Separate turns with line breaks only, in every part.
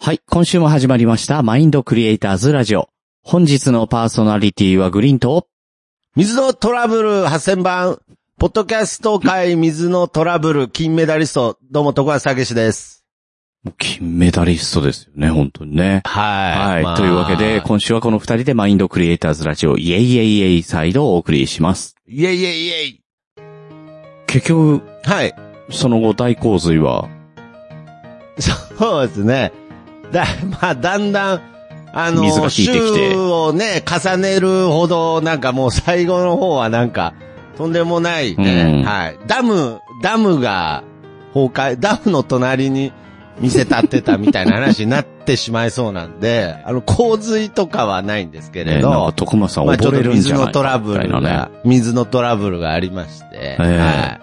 はい、今週も始まりました、マインドクリエイターズラジオ。本日のパーソナリティはグリーンと、
水のトラブル8000番、ポッドキャスト界水のトラブル金メダリスト、どうも、徳橋武史です。
金メダリストですよね、本当にね。
は
はい、
まあ
というわけで、今週はこの二人でマインドクリエイターズラジオ、イエイイエイイエイサイドをお送りします。
イェイイェイイェイ
結局、
はい。
その後大洪水は、
そうですね。だ、 まあ、だんだん、あの、
水が引いてきて
週をね、重ねるほど、なんかもう最後の方はなんか、とんでもないね。
うん
はい。ダム、ダムが崩壊、ダムの隣に店建ってたみたいな話になってしまいそうなんで、あの、洪水とかはないんですけ
ね、
れ
なんか
ど、
徳間さん
まあち
溺
ょっと
れるんじ
水
ゃない
のトラブル
みたいな
が
ね。、
水のトラブルがありまして、
ええ
はい。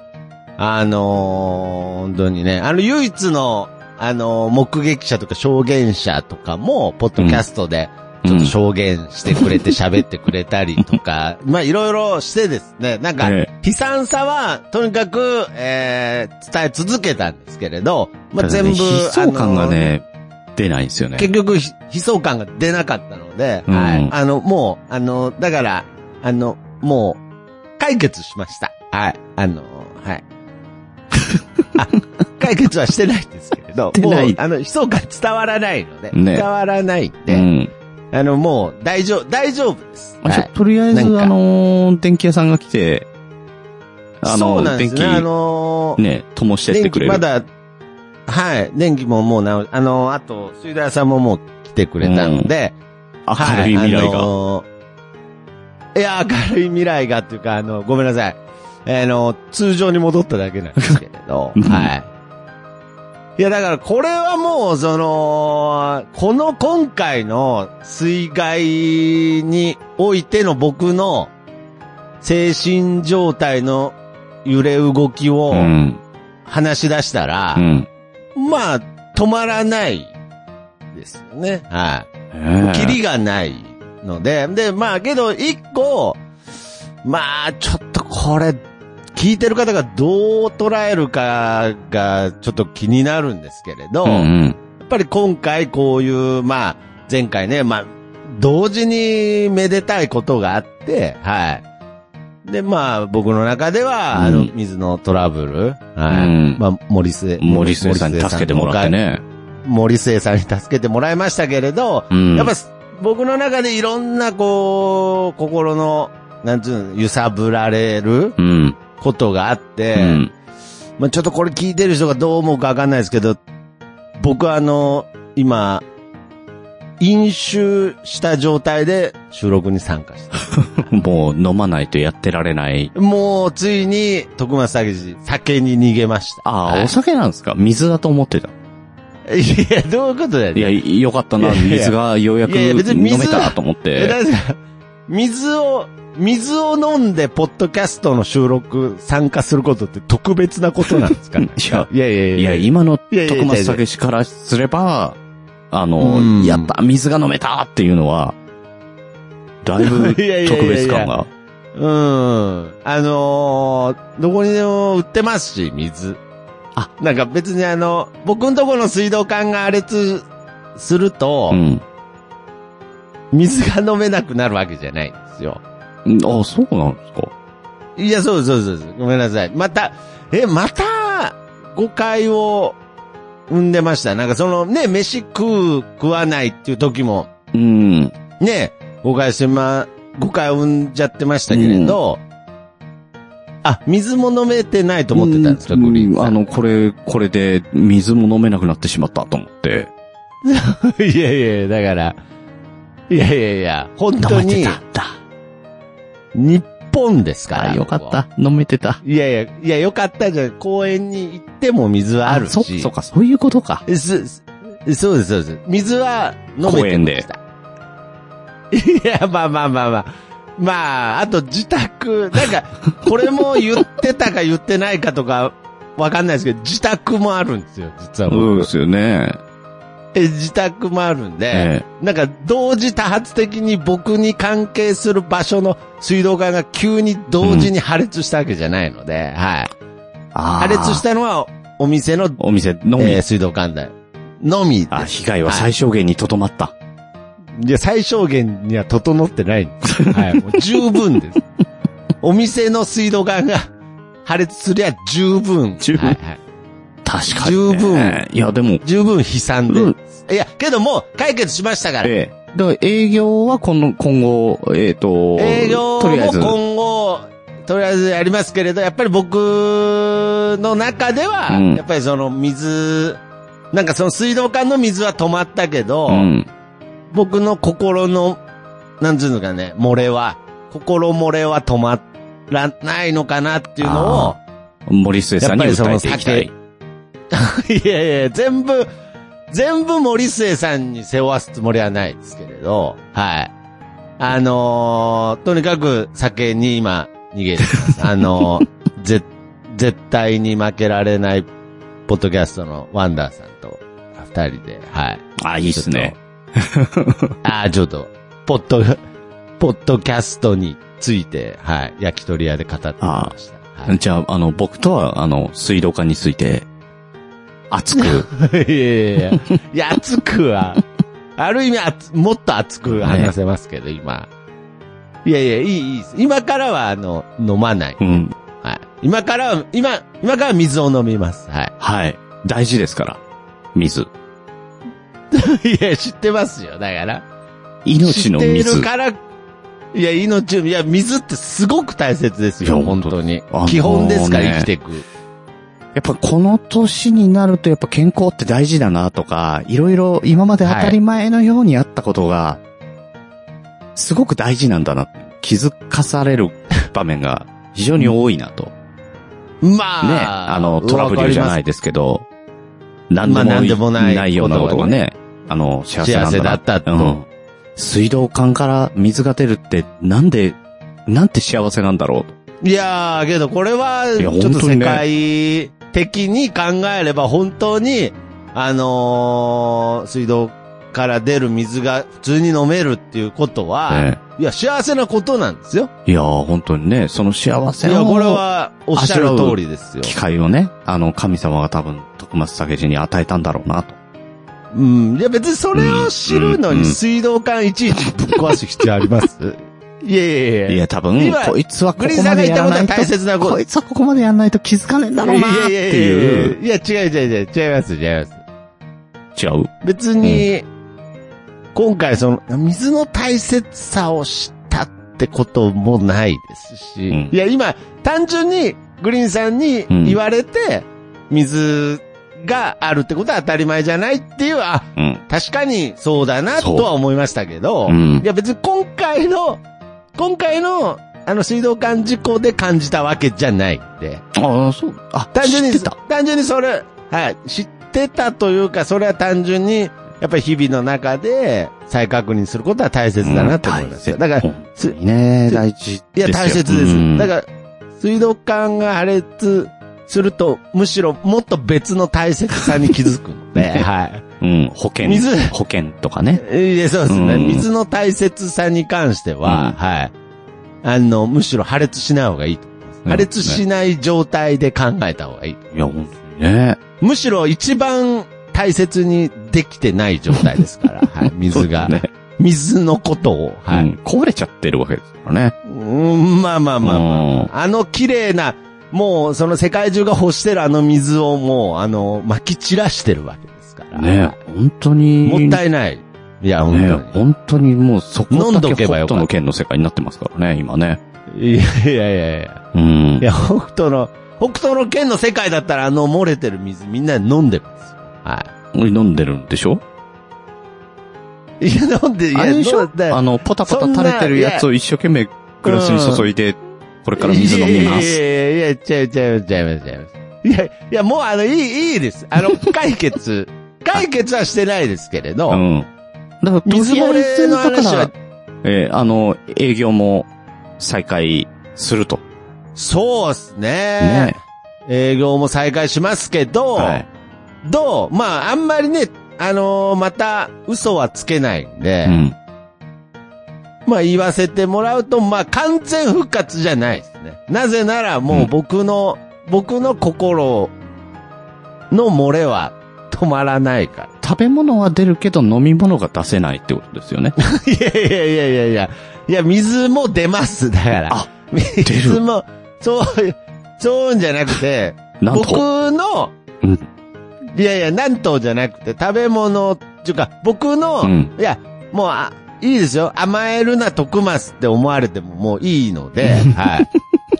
あのー本当にね、あの、唯一の、あのー目撃者とか証言者とかも、ポッドキャストで、ちょっと証言してくれて喋ってくれたり とか、まあいろいろしてですね、なんか
え、
悲惨さは、とにかく、えー伝え続けたんですけれど、ま
た
あ
だ
全
ね
部、
悲壮感が
あのー
ね、出ないんですよね。
結局、ひ悲壮感が出なかったので、
うん
はい。あの、もう、あの、だから、あの、もう、解決しました。はい。あの、はい。 あ解決はしてないんですけれど、
してない
もう、あの、悲壮感伝わらないので、
ね
伝わらないんで、
うん。
あの、もう、大丈夫、大丈夫です。
あ
は
じゃ
い
あとりあえず、
なんか
あのー電気屋さんが来て、あ
そ
の
う
ー
なんで
電
すね。あ
気、
のー
ね、灯してって
電
く
気
れる。
まだ、はい。電気ももうな、あの、あと、水田屋さんももう来てくれたので、
明るい未来
はあ
が。
のーいや、明るい未来がっていうか、あの、ごめんなさい。えーの、通常に戻っただけなんですけれど
う、ん
はい。いや、だからこれはもう、その、この今回の水害においての僕の精神状態の揺れ動きを
うん。
話し出したら
う、ん。
まあ、止まらないですよね。はい。
ねえ
キリがないので、で、まあけど、一個、まあ、ちょっとこれ、聞いてる方がどう捉えるかが、ちょっと気になるんですけれど、
うんう
や
ん。
っぱり今回こういう、まあ、前回ね、まあ、同時にめでたいことがあって、はい。で、まあ、僕の中では、あ
う
の
ん、
水のトラブル、はい。
うん
まあ、森末、
森末さんに助けてもらってね。
森末さんに助けてもらいましたけれど、
うん。
やっぱ、僕の中でいろんな、こう、心の、なんつうの、揺さぶられる
うん。
ことがあって、
うん。
まあちょっとこれ聞いてる人がどう思うかわかんないですけど、僕はあの、今、飲酒した状態で収録に参加した。
もう飲まないとやってられない。も
もう、ついに、徳松詐欺師、酒に逃げました。
あ
は
あ、
い
お酒なんですか水だと思ってた。
いや、どういうことだよ
い
ね。
や、いよかったな。
いやいや
水がようやく
いやいや別に
飲
水
めたなと思っ
え、
て。
だから水を、水を飲んで、ポッドキャストの収録参加することって特別なことなんですか
いや、
いやいや
いや、今の
いやいやいや
徳松武史からすれば、あの、
うん
やった、水が飲めたっていうのは、だいぶ
いやいやいやいや
特別感が。
うん。あのー、どこにでも売ってますし、水。
あ、
なんか別にあの、僕んとこの水道管が破裂すると
う、ん。
水が飲めなくなるわけじゃないんですよ。
あ、そうなんですか。
いや、そうですそうですそうです。ごめんなさい。また、え、また、誤解を生んでました。なんかそのね、飯食う、食わないっていう時も、
うん。
ね、誤解してま、誤解を生んじゃってましたけれど、あ、水も飲めてないと思ってたんですか、
うん
グリーンさん。
あの、これ、これで、水も飲めなくなってしまったと思って。
いやいやいや、だから、いやいやいや、本当
飲めて
に
た、んだ。
日本ですから。
あ、よかった。飲めてた。
ここ。いやいや、いや、よかったじゃん。公園に行っても水はあるし。
そ、そうか、そういうことか。
えすすそうです、そうです。水は飲めて
公園で。
いや、まあまあまあまあ。まあ、あと自宅、なんか、これも言ってたか言ってないかとか、わかんないですけど、自宅もあるんですよ、実は
そう
僕。
ですよね。
え自宅もあるんで、
え
なんか、同時多発的に僕に関係する場所の水道管が急に同時に破裂したわけじゃないので、はい。
え。あ。
破裂したたのは、お店の、
お店のみ。
えー水道管だよ。のみ。
あ、被害は最小限にとどまった。
いや、最小限には整ってない。はい、もう十 分です。お店の水道管が破裂すりゃ十分。
十分
はいはい
確かに、ね。
十分。
いや、でも、
十分悲惨で。
うん
いや、けどもう解決しましたから。
ええ。だから営業はこの、今後、えっ、と、
営業
とりあえ
も
ず。
今後、とりあえずやりますけれど、やっぱり僕の中では、
うん
やっぱりその水、なんかその水道管の水は止まったけど、
うん。
僕の心の、なんつうのかね、漏れは、心漏れは止まらないのかなっていうのを、
森末さんに訴えていきた
や
い。
いやいや、全部、全部森末さんに背負わすつもりはないですけれど、はい。あのー、とにかく酒に今逃げてます。あのー、ぜ、絶対に負けられない、ポッドキャストのワンダーさんと、二人で、はい。
あ、いいっすね。
ああ、ちょっと、ポッド、ポッドキャストについて、はい、焼き鳥屋で語ってきました。はい
じゃあ、あの、僕とは、あの、水道管について、熱 く、
いやいやいや。いや、熱くは、ある意味熱、もっと熱く話せますけど、今。いやいや、いい、いいです。今からは、あの、飲まない。
うん。
はい。今からは、今、今から水を飲みます。は
はい。大事ですから。水。
い。いや、知ってますよ。だから。
命の
知って
水
る。から、いや、命の、いや、水ってすごく大切です
い
よ、
や
本当に
あの。ー
基本ですから、
ね
生きていく。
やっぱこの年になるとやっぱ健康って大事だなとか、いろいろ今まで当たり前のようにあったことが、すごく大事なんだな。気づかされる場面が非常に多いなと。ね。
まあ、
あの、トラブルじゃないですけど、何
ま
で
あ
も
何でもない
ないようなことがね、あの、幸せなんだな
幸せだったと
うん。水道管から水が出るってなんで、なんて幸せなんだろうと。
いやー、けどこれは、
い
ち
や
ょっと
本当に
世
ね
界的に考えれば本当に、あのー、水道から出る水が普通に飲めるっていうことは、
ね
いや、幸せなことなんですよ。
いやー、本当にね、その幸
い
せ
や、
を。
これはおっしゃる通りですよ。
機会をね、あの、神様が多分、徳松武氏に与えたんだろうなと。
うん。いや、別にそれを知るの
うんうん
に水道管いちいちぶっ壊す必要あります いやいやいや
いや、多分、
今
こいつはこ
グリー
こ
ンさ
ま
んが
で
言っ
やら
たこと
な
はい
と。
大切なこと
こ。いつはここまでやらないと気づかねえんだろうなっていう。
いやいやいやいやいや、違う違う違う違います。
違う。
別に、今回その、水の大切さを知ったってこともないですし、
うん
いや、今、単純に、グリーンさんに
うん
言われて、水があるってことは当たり前じゃないっていう、あ、
うん。
確かにそうだな
そう
とは思いましたけど、
うん
いや別に今回の、今回の、あの水道管事故で感じたわけじゃないんで、
ああ、そう。あ、
単純に、
知ってた。
単純にそれ、はい、知ってたというか、それは単純に、やっぱり日々の中で再確認することは大切だなと思いますよ。
うん
だから、
本当にね、大事
い
です
や、
よ。
大切で
うん
す。だから、水道管が破裂すると、むしろもっと別の大切さに気づ くので、
ね
はい。
うん、保険。
水
保険とかね。
いや、そうですね。
うん
水の大切さに関しては、
うん
はい。あの、むしろ破裂しない方がいいと思います。破裂しない状態で考えた方がいい。
いや、本当にね。
むしろ一番大切にできてない状態で すから、はい、水
そ
が。
うですね
水のことを、は
う
い。
ん壊れちゃってるわけですからね。
うん、まあまあまあまあ、
あ。
あの綺麗な、もうその世界中が欲してるあの水をもう、あの、撒き散らしてるわけですから。
ね本当に。
もったいない。いや、本
ね
当に。
本当にもうそこ
飲ん
だ
ど
け
けば
北
よかっ
斗
た
の剣の世界になってますからね、今ね。
いやいやいやいや。
うん
い。や、北斗の、北斗の剣の世界だったらあの漏れてる水みんな飲んでますよ。は
飲んでるんでしょ
い。いや、飲んで、いや、
あれでし
飲
ょ
んで
あの、ポタポタ垂れてるやつを一生懸命グラスに注いで、これから水飲みます。
いやいやいや、いや違う違う違う違う違う。いや、いや、もうあの、いい、いいです。 あの、解決。解決はしてないですけれど、
うん。だから、と
水
りあ
漏
え
れ
ず
の
だか
話は
ら、えーあの、営業も再開すると。
そうっすね。
ね。
営業も再開しますけど、
はい。
どうまあ、あんまりね、あのーまた、嘘はつけないんで、
うん。
まあ言わせてもらうと、まあ完全復活じゃないですね。なぜならもう僕の、僕の心の漏れは止まらないから。
食べ物は出るけど飲み物が出せないってことですよ ね。
いやいやいやいやいや。いや、水も出ます。だから。
あ、
水も、そう、そういうんじゃなくて、
なん
僕
と。
の、
うん
いやいや、なんとじゃなくて、食べ物、っていうか、僕の、
うん
いや、もう、あ、いいですよ。甘えるな、徳松って思われてももういいので、 はい。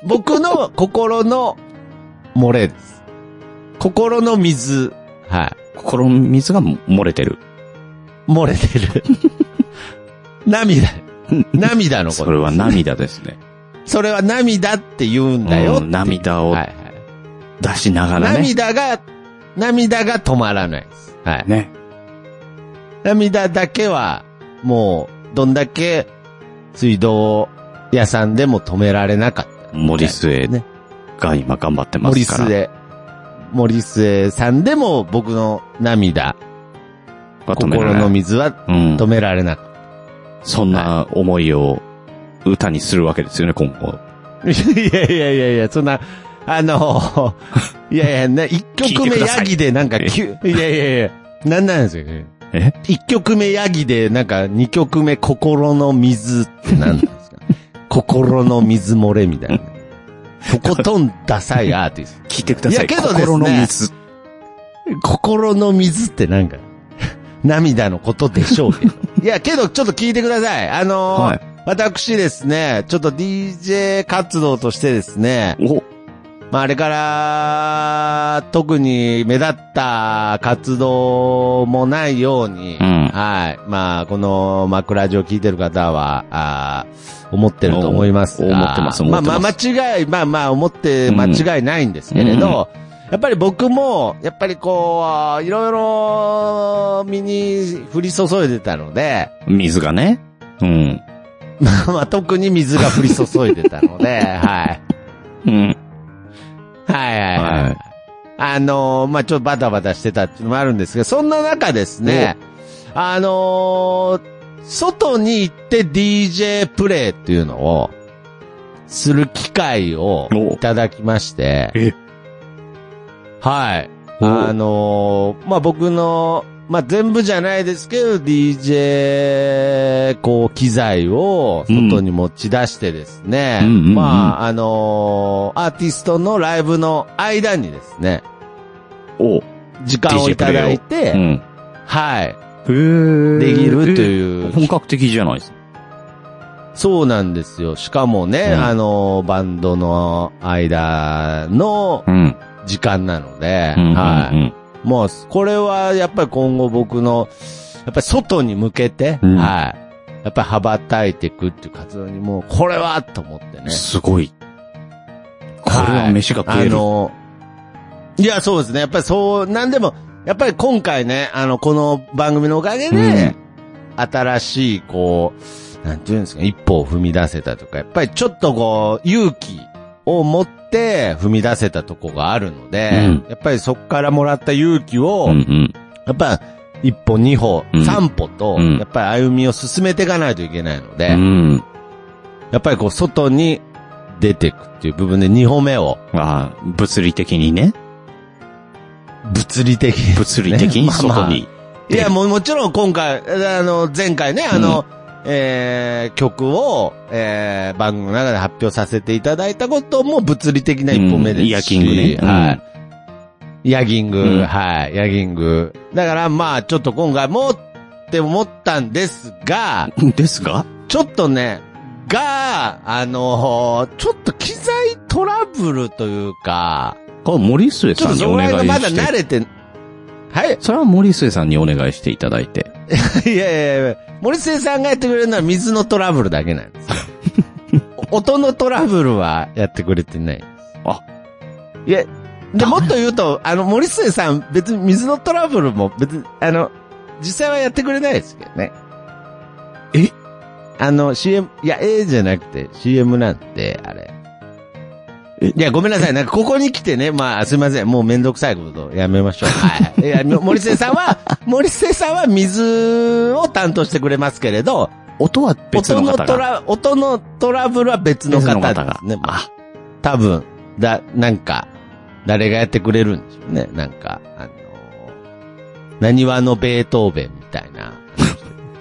僕の心の漏れです。心の水。は
心の水が漏れてる。
い。漏れてる。 涙。涙の ことです。
それは涙ですね。
それは涙って言うんだよって
う
い
ん
う。
涙を
はいはい。
出しながらね。
涙が、涙が止まらないです。はい。
ね。
涙だけは、もう、どんだけ、水道屋さんでも止められなかった。
森末
ね
が今頑張ってま
森
すから。
末。森末さんでも僕の涙、
は止められ
心
ない
の水は
うん
止。められ なかっ
そんな思いを歌にするわけですよね、今後。
た。いやいやいやいや、そんな、あの、 いやいや、な、一曲
聞いて
目
ください
ヤギでなんか、きゅいやいやいや、なんなんですよね。
え
一曲目ヤギで、なんか二曲目心の水って何なんです か心の水漏れみたいな。とことんダサいアーティス
聞いてく
ださい
いや、けどですね。
心の
水。
ト。心の水ってなんか、 涙のことでしょう けど。いや、けどちょっと聞いてください。あのー
はい
私ですね、ちょっと DJ 活動としてですね、
お、
まあ、あれから、特に目立った活動もないように、
うん
はい。まあ、この枕ジを聞いてる方は、あー思ってると思いますが。
思ってます思ってます
まあ、まあ、間違い、まあまあ、思って間違いないんですけれど、やっぱり僕も、やっぱりこう、いろいろ身に降り注いでたので、
水がね。うん。
まあ、特に水が降り注いでたので、はい。
うん。
はいはいはい。
はい
あのーまあ、ちょっとバタバタしてたっていうのもあるんですが、そんな中ですね、あのー外に行って DJ プレイっていうのを、する機会を
お
いただきまして、
え
はい。
お
あのーまあ、僕の、まあ、全部じゃないですけど、DJ、こう、機材を外に持ち出してですね、
うんうんうんうん
まあ、あのーアーティストのライブの間にですね、
お、
時間をいただいて、
うん。
はい、
へー
できると
う。
いう、
本格的じゃないですか。
そうなんですよ。しかもね、
うん
あのーバンドの間の
うん。
時間なので、
うん
はい。
うん
もう、これはやっぱり今後僕の、やっぱり外に向けて、
うん
はい。やっぱり羽ばたいていくっていう活動にもう、これはと思って
うん
ね。
すごい。これは飯が食
あ
える。
の、いや、そうですね。やっぱりそう、なんでも、やっぱり今回ね、あの、この番組のおかげで、
うん
新しい、こう、なんていうんですか、一歩を踏み出せたとか、やっぱりちょっとこう、勇気を持って踏み出せたとこがあるので、
うん
やっぱりそこからもらった勇気
う
を、
んうん。
やっぱ、一歩、二歩、
うん
三歩と、
うん
やっぱり歩みを進めていかないといけないので、
うん。
やっぱりこう、外に出ていくっていう部分で二歩目を、
あー物理的に ね。
物理的に。
物理的に
ねまあま
外
あ
に。
いや、もうもちろん今回、あの、前回ね、あの、えー、曲を、えー、番組の中で発表させていただいたことも物理的な一歩目ですし、
うんイヤキングねうん
はい。イヤギング、
うん
はい、イヤギング。だからまあ、ちょっと今回もって思ったんですが、
ですが
ちょっとね、が、あのちょっと機材トラブルというか、
これ森末
ちょっ
さ
と
んにお
そこら
願い
辺がまだ
して
慣。れて、はい
それは森末さんにお願いしていただいて。
いやいやいや、森末さんがやってくれるのは水のトラブルだけなんです よ。音のトラブルはやってくれてない。
あ、
いや、で、もっと言うと、あの、森末さん別に水のトラブルも別に、あの、実際はやってくれないですけどね。
え
あの、CM、いや、A じゃなくて CM なんて、あれ。
え
いや、ごめんなさい。なんか、ここに来てね、まあ、すいません。もうめんどくさいことやめましょう。はい。いや、森末さんは、森末さんは水を担当してくれますけれど、
音は別の方
音のト
が。
ラ、音のトラブルは別の
別
方
の方
で
が
すね。。
あ、
多分、だ、なんか、誰がやってくれるんでしょうね。なんか、あの何わのベートーベンみたい な。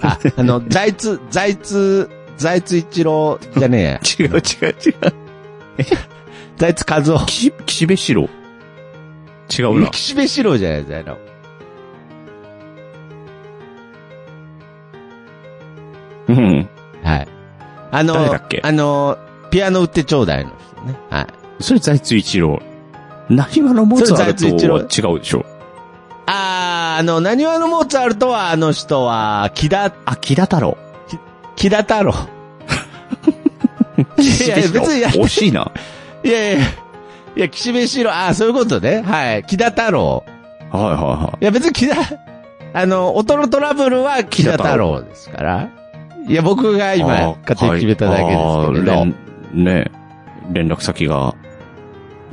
あ、あの、財津、財津、財津一郎じゃねえ や。
違う違う違う。
財津和夫。
岸、岸辺四郎。違うな。
岸辺四郎じゃないですか。
うん。
はい。あの、
誰だっけ
あの、ピアノ売ってちょうだいの人ね。はい。
それ財津一郎。何話のモーツァルト
それ財津
は違うでしょ。
あー、あの、何わのモーツァルトは、あの人は、木田、
あ、木田太郎。
木田太郎。 いやいや、別にや
惜しいな。
いやいや、いや、岸辺四郎、ああ、そういうことね。はい。木田太郎。
はいはいはい
や、別に木田、あの、音のトラブルは木田太郎ですから。いや、僕が
い。
今、
あー
勝手に決めただけですけ
は
れ
いあー連ね連絡先が、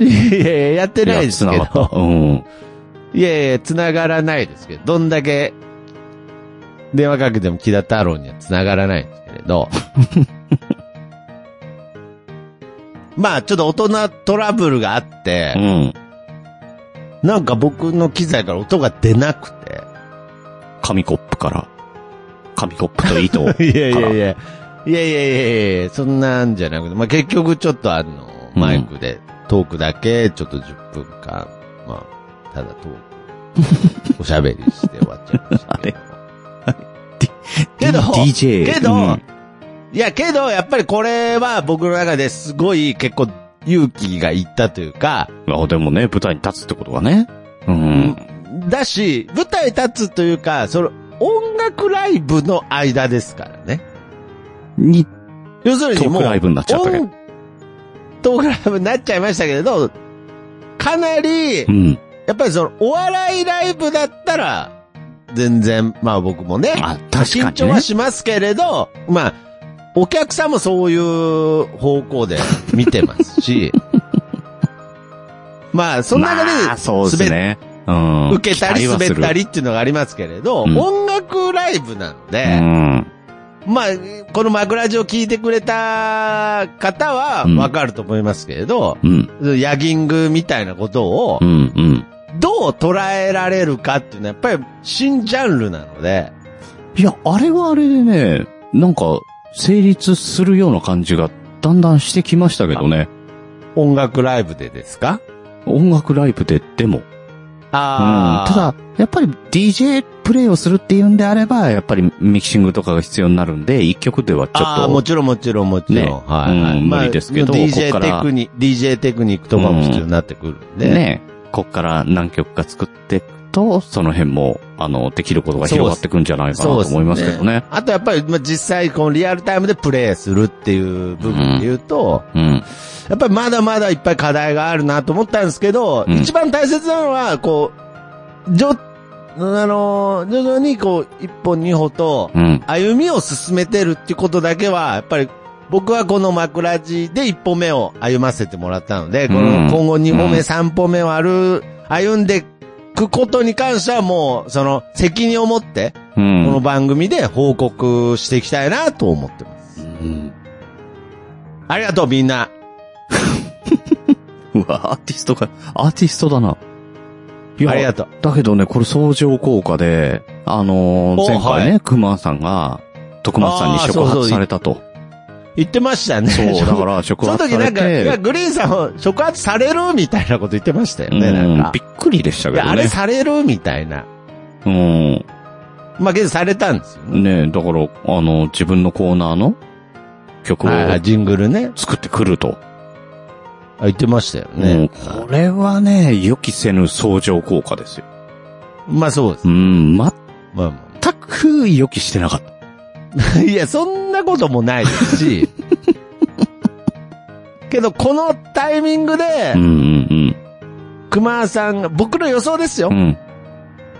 ど。いやいや、やってないです
繋
け
がった。
ど。
うん。
いやいや、繋がらないですけど、どんだけ、電話かけても木田太郎には繋がらないんですけれど。まあ、ちょっと大人トラブルがあって、
うん。
なんか僕の機材から音が出なくて。
紙コップから。紙コップと糸を。
いやいやいや。いやいやいやいやそんなんじゃなくて、まあ、結局ちょっとあの、
うん
マイクで、トークだけ、ちょっと10分間、まあ、ただトーク、おしゃべりして終わっちゃい ましたけど。けど、
DJ。
けど、
うん
いや、けど、やっぱりこれは僕の中ですごい結構勇気がいったというか、
あ、でもね、舞台に立つってことはね。うん。
だし、舞台立つというか、その、音楽ライブの間ですからね。
に、
要する
ト
に
ー
も
ク
う、
ライブになっちゃったけど。
音トークライブになっちゃいましたけれど、かなり
う、ん。
やっぱりその、お笑いライブだったら、全然、まあ僕もね、
あ、確か
緊
に
張
ね
は。しますけれど、まあ、お客さんもそういう方向で見てます し、まあ、その中で、
まあそうですね。うん。
受けたり
期
滑
待はす
っ
る
たりっていうのがありますけれど、
うん
音楽ライブなので、
うん。
まあ、この枕ジを聞いてくれた方は
うん
わかると思いますけれど、
うん。
ヤギングみたいなことを
うん。うん。
どう捉えられるかっていうのはやっぱり新ジャンルなので、
いや、あれはあれでね、なんか、成立するような感じが、だんだんしてきましたけどね。
音楽ライブでですか
音楽ライブで、でも。うん。
あ
た
あ、
だ、やっぱり DJ プレイをするっていうんであれば、やっぱりミキシングとかが必要になるんで、一曲ではちょ
あー
っ
も
と、
ちろんもちろんもちろん。
ね
はいはい。
うん無理ですけど
まあ
こ
DJ
こから
テクニック、DJ テクニックとかも必要になってくるんで。
ね、こっから何曲か作っていくと、その辺も、あの、できることが広がっていくんじゃないかなと
そうですね
思いますけどね。
あとやっぱり、まあ、実際このリアルタイムでプレイするっていう部分で言うと、
うん。
やっぱりまだまだいっぱい課題があるなと思ったんですけど、
うん
一番大切なのは、こう、じょ、あのー徐々にこう、一歩二歩と、
うん。
歩みを進めてるってことだけは、やっぱり、僕はこの枕地で一歩目を歩ませてもらったので、こ
うん
の今後二歩
う
目、
ん
三歩目を歩、歩んでくことに関してはもう、その、責任を持って、
う
この
ん。
番組で報告していきたいなと思ってます。
うん
ありがとうみんな。
うわ、アーティストか、アーティストだな。い
あり
や
が、とう。
だけどね、これ相乗効果で、あのー前
お
回
は
ね、熊さんが、徳松さんに触
あーそうそ
発
う
されたと。
言ってましたね。
そう、だから触
その
発
時
さ
な
れ
んか、いや、
て、
グリーンさんも触発されるみたいなこと言ってましたよ
う
ね、なん
ん
か
び。っくりでした
い
け
や、
ど
あれ
ね。
されるみたいな。
うん。
まあ、けどされたんですよね。
ねだから、あの、自分のコーナーの曲を
ああ、ジングルね。
作ってくると。
あ、言ってましたよ
もう
ね。
これはね、予期せぬ相乗効果ですよ。
まあ、そうです
う。ん、
まあま
全く予期してなかった。
あ。 いや、そんなこともないです し。けど、このタイミングで
う、ん、うん、
熊さんが、僕の予想ですよ
うん。う。ん。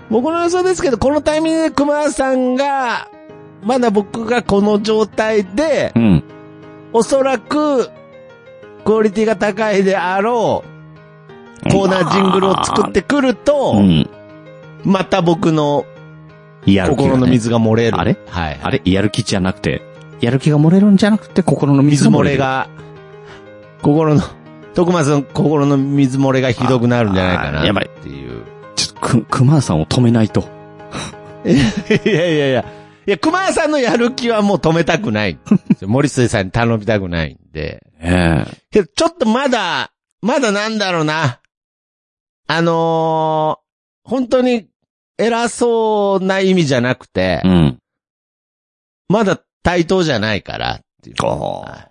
僕の予想ですけど、このタイミングで熊さんが、まだ僕がこの状態で、
うん。
おそらく、クオリティが高いであろう、コーナージングルを作ってくると
う、ん。
また僕の
やる気がね
心の水が漏れる。
あれ
はい。
あれやる気じゃなくて、やる気が漏れるんじゃなくて、心の水
水漏
漏れ
れ
が。
が、心の、徳松の心の水漏れがひどくなるんじゃないか
あ
な。
ーやばい
っていう。
ちょっと、く、熊さんを止めないと。
いやいやいや。いや、熊谷さんのやる気はもう止めた くない。森末さんに頼みたくないんで。
え
けど、ちょっとまだ、まだなんだろうな。あのー本当に偉そうな意味じゃなくて、
えうん。
まだ対等じゃないからっていう。
あ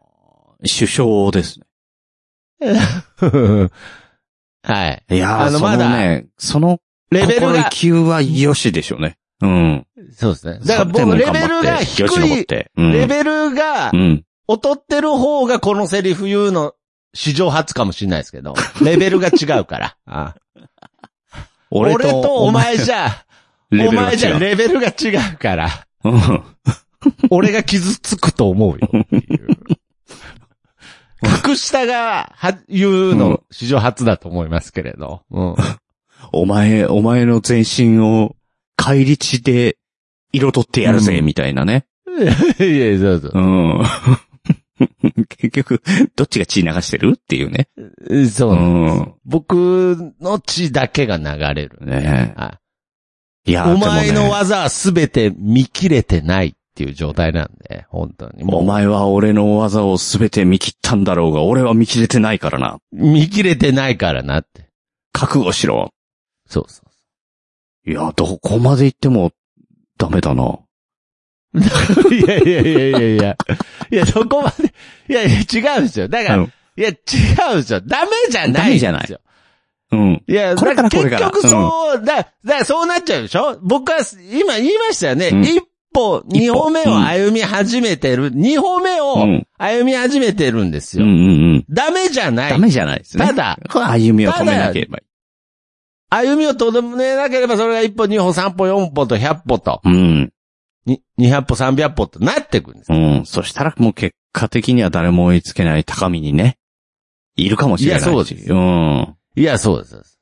ー首相ですね。
はい。
いやー、
あの
その
まだ
ね、その
レベル
心意
が、
気は良しでしょうね。うん。
そうですね。だから
そ
僕、
れで
レ
も
ベ
頑張
ル
って
が低
よし登っ
い、
て。うん
レベルが
うん。
劣ってる方がこのセリフ言うの、史上初かもしれないで すけど、レベルが違うから。あ俺とお前じゃ、
レ
お
ベルが
前じゃ
違う。
レベルが違うから、
うん
俺が傷つくと思うよって いう。格下が、は、言う
うん
の、史上初だと思いますけれど。うん。
お前、お前の全身を、帰り地で、彩ってやるぜ、
うん
みたいなね。
いや、そうそう。
うん。 結局、どっちが血流してるっていうね。
えそう
う
なんです、
ん。
僕の血だけが流れる。
ね
はい
や、
お前
でも
の
ね
技はすべて見切れてないっていう状態なんで、本当に。もう
お前は俺の技をすべて見切ったんだろうが、俺は見切れてないからな。
見切れてないからなって。
覚悟しろ。
そうそ
いや、どこまで行っても、ダメだな。
う。 いやいやいやいやいや。いや、そこまで。いやいや、違うんですよ。だか
う
ら、
ん
いや、違うんですよ。ダメじゃないんですよ。
ダメじゃないうん。
いや、
これからこれから
結局そう、だ、だからそうなっちゃうでしょ僕は、今言いましたよね。
うん
一歩、二歩目
う
を
ん
歩み始めてる。二歩目
う
を
ん
歩み始めてるんです
うんう
よ。
んうん。
ダメじゃない。
ダメじゃないですね。
ただ、
これ歩みを止めなければい
歩みをとどめなければ、それが一歩、二歩、三歩、四歩と百歩と、
い。うん。
に二百歩、三百歩となっていくんです。
うん。そしたらもう結果的には誰も追いつけない高みにね、いるかもしれないし。
いやそうです
うん。
いや、そうですそうです。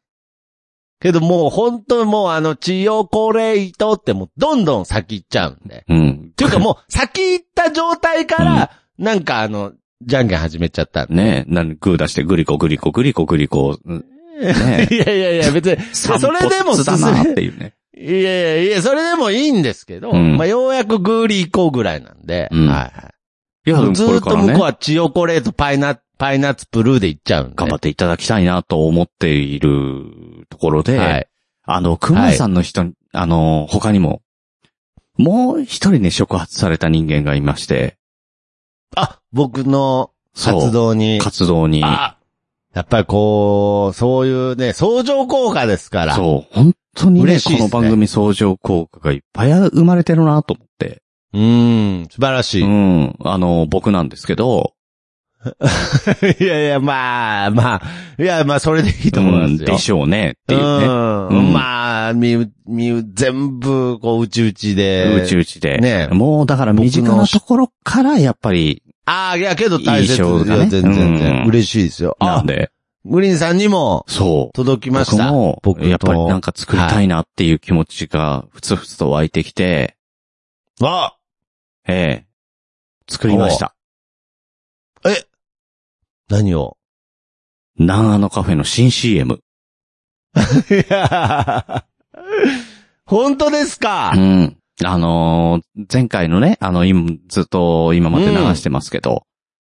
けどもう本当にもうあの、治療高齢とってもうどんどん先行っちゃうんで。
うん。
っていうかもう先行った状態から、なんかあの、じゃんけん始めちゃったんで。
ねえ、なんグー出してグリコグリコグリコグリコ、うん ね
いやいやいや、別に、
え、
それでも
散歩
進
だなっ
め、
ていうね。
いやいやいや、それでもいいんですけど、
うん
まあようやくグーリー行こうぐらいなんで、
うん
はいはい。
いや、でも
ず
こ
ー
れ
っ
か
と
ら
向こう
ね、
はチヨコレートパイナ、パイナッツブルーで行っちゃうんで。。
頑張ってていただきたいなと思っているところで、
はい。
あの、熊井さんの人に、あの、他にも、もう一人ね、触発された人間がいまして、
あ、僕の
そう
活動に。
活動に、
あやっぱりこう、そういうね、相乗効果ですから。
そう、本当にね、
嬉しいっ
こ
すね
の番組相乗効果がいっぱい生まれてるなと思って。
う。うん、素晴らしい。
う
い
ん。あの、僕なんですけど、
やいや、まあ、まあ、いや、まあ、それでいいと思いま
うん
すよ。
でしょうね、っていうね。
う。
うんん
まあ、みゆ、みゆ、全部、こう、うちうちで。
うちうちで。
ね
もうだから身近
僕の
なところからやっぱり、
ああ、いや、けど大切です
いい
よ。
勝負だね
全然、全
う
然。
ん
嬉しいですよ。
な
あ
ん、で、
グリーンさんにも
そう。
届きまし
僕
た。
も、やっぱりなん
か。
か作りたいなっていう気持ちがふつふつと湧いてきて、
あ
ええ。作りました。
何を
南アのカフェの新 CM。
いやー本当ですか
うん。あのー前回のね、あの、今、ずっと今まで流してますけど、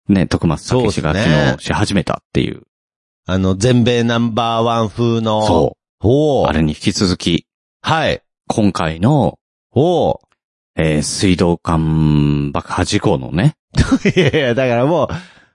ね、徳松武史が
そ
機
うっすね
能し始めたっていう。
あの、全米ナンバーワン風の。。
そう
お
う。
ー
あれに引き続き、
はい。
今回の、
おー
えー水道管爆破事故のね、
いやいや、だからもう、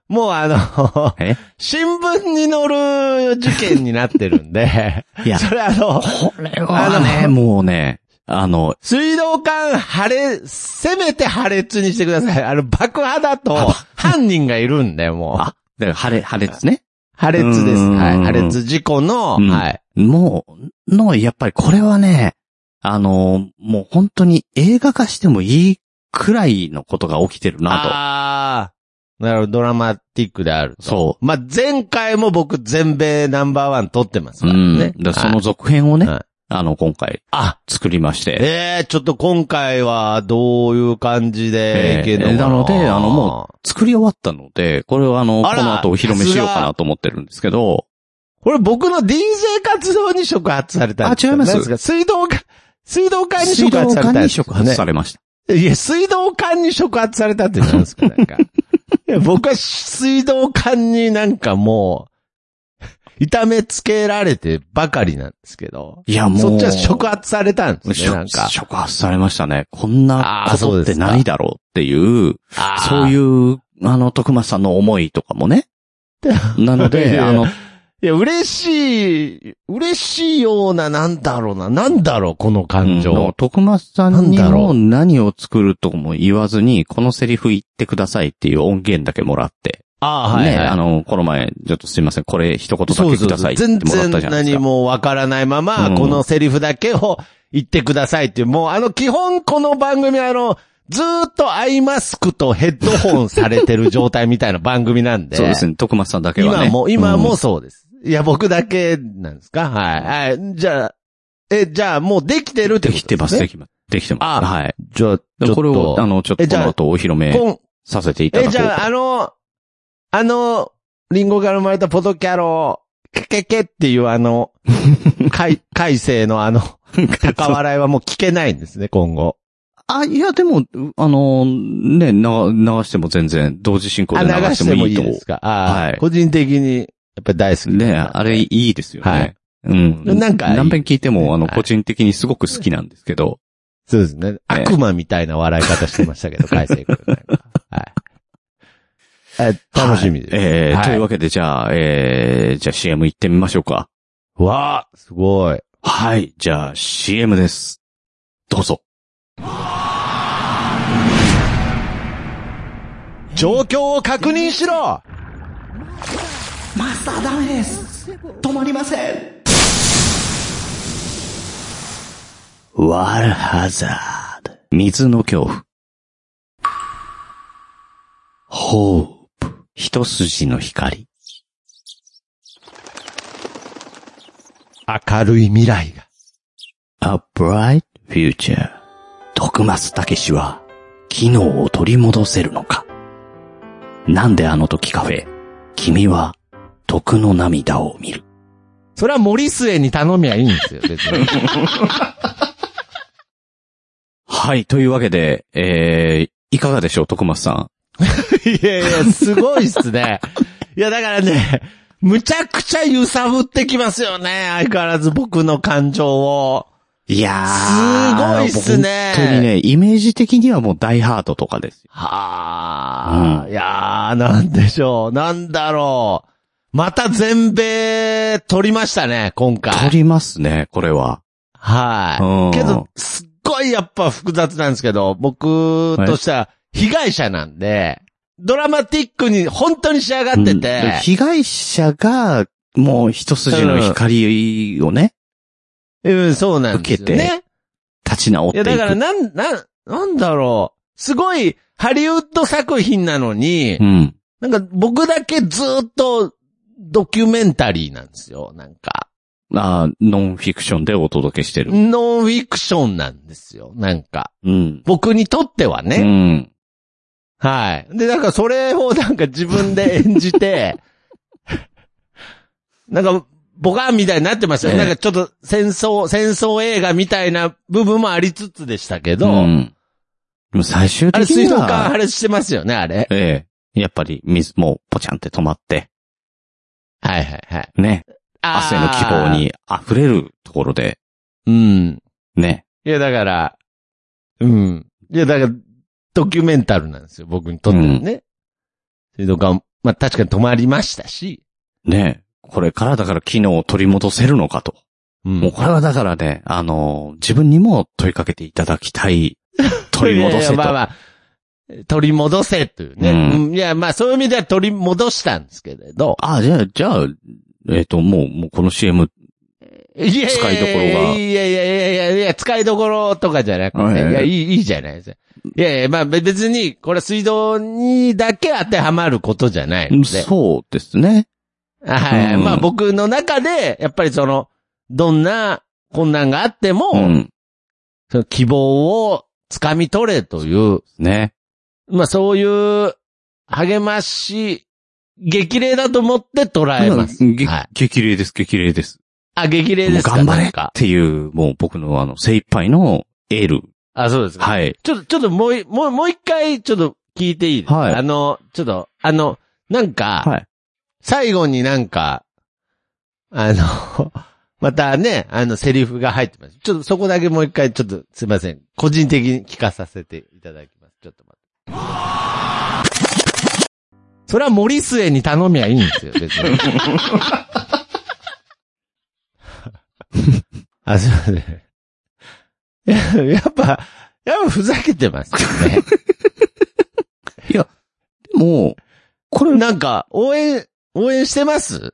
もうあの
え、
新聞に載る事件になってるんで。
いや
それあの、
これはね、
あの
もうね、あの、
水道管破裂、せめて破裂にしてください。あの、爆破だと、犯人がいるんで、もう。
あ、だから晴れ、晴れですね。
破裂です。
うん
はい。破裂事故の、
うん
はい。
もう、の、やっぱりこれはね、あの、もう本当に映画化してもいいくらいのことが起きてるな
ああ、なるほど、ドラマティックである
と。
と。
そ
まあ、前回も僕、全米ナンバーワン撮ってます
う。う
から
ん。だ
ね
か。らその続編をね、
はい
あの、今回
あ、
作りまして。
ええちょっと今回はどういう感じでいけるのか
な
な、
ので、あの、もう作り終わったので、これはあの、
あら
この後お披露目しようかなと思ってるんですけど、
これ僕の DJ 活動に触発されたんですか
あ違います
なんですか水道管、水道管に
水
触
道
発された
管
んで
に
すよね
触発されました。
いや、水道管に触発されたってなんです か、なんか。いや僕は水道管になんかもう、痛めつけられてばかりなんですけど。
いや、もう。
そっちは触発されたんです
し
ね、
ょ
なんか。
触発されましたね。こんな
あー
こ
そう
とっ
で
て
すか
ないだろうっていう、そう
う。
いう、あの、徳松さんの思いとかも ね。なの
いやい
で、
や
あの、
いや、嬉しい、嬉しいような、なんだろうな、なんだろう、この感情。
うん徳松さんに
なんだろ
も
う
何を作るとも言わずに、このセリフ言ってくださいっていう音源だけもらって。
ああ、はい、はい
ね、あの、この前、ちょっとすいません、これ一言だけくださいっても
全
らっ
然
たじゃないです
何
か。
もわからないまま、
うん
このセリフだけを言ってくださいっていう、もうあの基本この番組あの、ずーっとアイマスクとヘッドホンされてる状態みたいな番組なんで。
そうですね、徳松さんだけはね。
今も、今
う
も
ん
そうです。いや、僕だけなんですかはい。はい。じゃあ、え、じゃあもうできてるっ
で
てことですね
きてます、できます。できてます。
あ
はい。
じゃあ、ちょっ
これを、あ
と、
の、ちょっと
え
こ
じゃあ
の後お披露目
こん
させていただ
え、
こう
じゃあ、あの、あの、リンゴから生まれたポトキャロ、ケケケっていうあ の、海、海星のあの、高笑いはもう聞けないんですね、今後。
あ、いや、でも、あの、ね、な流しても全然、同時進行
あ、
で
流
流して
し
も
ても
いい
いい
と
ですかあー
はい
個人的に、やっぱり大好き。
ね、あれいいですよね。
はい
うん。
なんか
何遍聞いても、あの、
はい
個人的にすごく好きなんですけど、
そうですね。悪魔みたいな笑い方してましたけ ど、海星くんなんか。はい。え楽しみです。
はいえー
はい
というわけで、じゃあ、えー、じゃあ CM 行ってみましょうか。
わあ、すごい。
はい。じゃあ、CM です。どうぞ。
状況を確認しろ
マスターダメです。止まりません。ワールハザード。水の恐怖。ホープ。一筋の光。
明るい未来が。
A bright future. 徳松武氏は、機能を取り戻せるのかなんであの時カフェ、君は、徳の涙を見る。
それは森末に頼みゃいいんですよ、別 に。
はい、というわけで、えー、いかがでしょう、徳松さん。
いやいや、すごいっ すね。いや、だからね、むちゃくちゃ揺さぶってきますよね。相変わらず僕の感情を。
いや
すごいっすね
本当にね、イメージ的にはもうダイハードとかですよ。
はあ、
う
いやー、なんでしょう。なんだろう。また全米取りましたね、今回。
取りますね、これは。う
は
ん
い。けど、すっごいやっぱ複雑なんですけど、僕としては被害者なんで、ドラマティックに本当に仕上がって
うん
て、
で被害者が、もう一筋の光をね、
うん、そうなんですよ
受けて
ね。
立ち直っ
い
てい
や、
く。
だから、なん、なん、なんだろう。すごい、ハリウッド作品なのに
う、ん。
なんか僕だけずっと、ドキュメンタリーなんですよ、なんか。
あーノンフィクションでお届けしてる。
ノンフィクションなんですよ、なんか。
うん。
僕にとっては
う
ね。
ん。
はい。で、なんかそれをなんか自分で演じて、 なんか、ボカンみたいになってましたよ。
ええ
なんかちょっと戦争、戦争映画みたいな部分もありつつでしたけど、
んでも最終
あれ
的
水
に
道管
は、
破裂してますよね、あれ。
ええ、やっぱり水もポチャンって止まって、
はいはいはい。
ね、
あー
汗の希望。に溢れるところで、
うん。
ね。
いや、だから、うん。いや、だから、ドキュメンタルなんですよ、僕にとってはね。水道管、まあ確かに止まりましたし、
ね、これからだから機能を取り戻せるのかと。
うん
もうこれはだからね、あの、自分にも問いかけていただきた い。取り戻せ
いやい
と。
やまあまあ、取り戻せというね。
う
うんいや、まあそういう意味では取り戻したんですけれど。
あ、じゃあ、じゃあ、えっ、と、もう、もうこの CM、
いや
使いどころが
いやいやいやいやいや、使いどころとかじゃなくて、
はい
い
はいはい
や、いい、いいじゃないですか。いやいや、まあ別に、これは水道にだけ当てはまることじゃないので。
そうですね。
はいはい。
うん
まあ僕の中で、やっぱりその、どんな困難があっても、
うん。
その希望を掴み取れという、
ね。
まあそういう励まし、激励だと思って捉えます。
げ
はい
激励です、激励です。
あ、激励
も
で
う
すか
頑張れ
なん
っ
か。
ていう、もう僕のあの、精一杯のエール。
あ、そうですか。
はい。
ちょっと、ちょっともうい、もう、もう一回、ちょっと聞いていいですか
はい
あの、ちょっと、あの、なんか、
はい。
最後になんか、あの、 またね、あの、セリフが入ってます。ちょっとそこだけもう一回、ちょっと、すいません。個人的に聞かさせていただきます。ちょっと待って。それは森末に頼みゃいいんですよ、別 に。 あ、すいません。いややっぱ、やっぱふざけてますよね。
もう、 これ、
なんか、応援、応援してます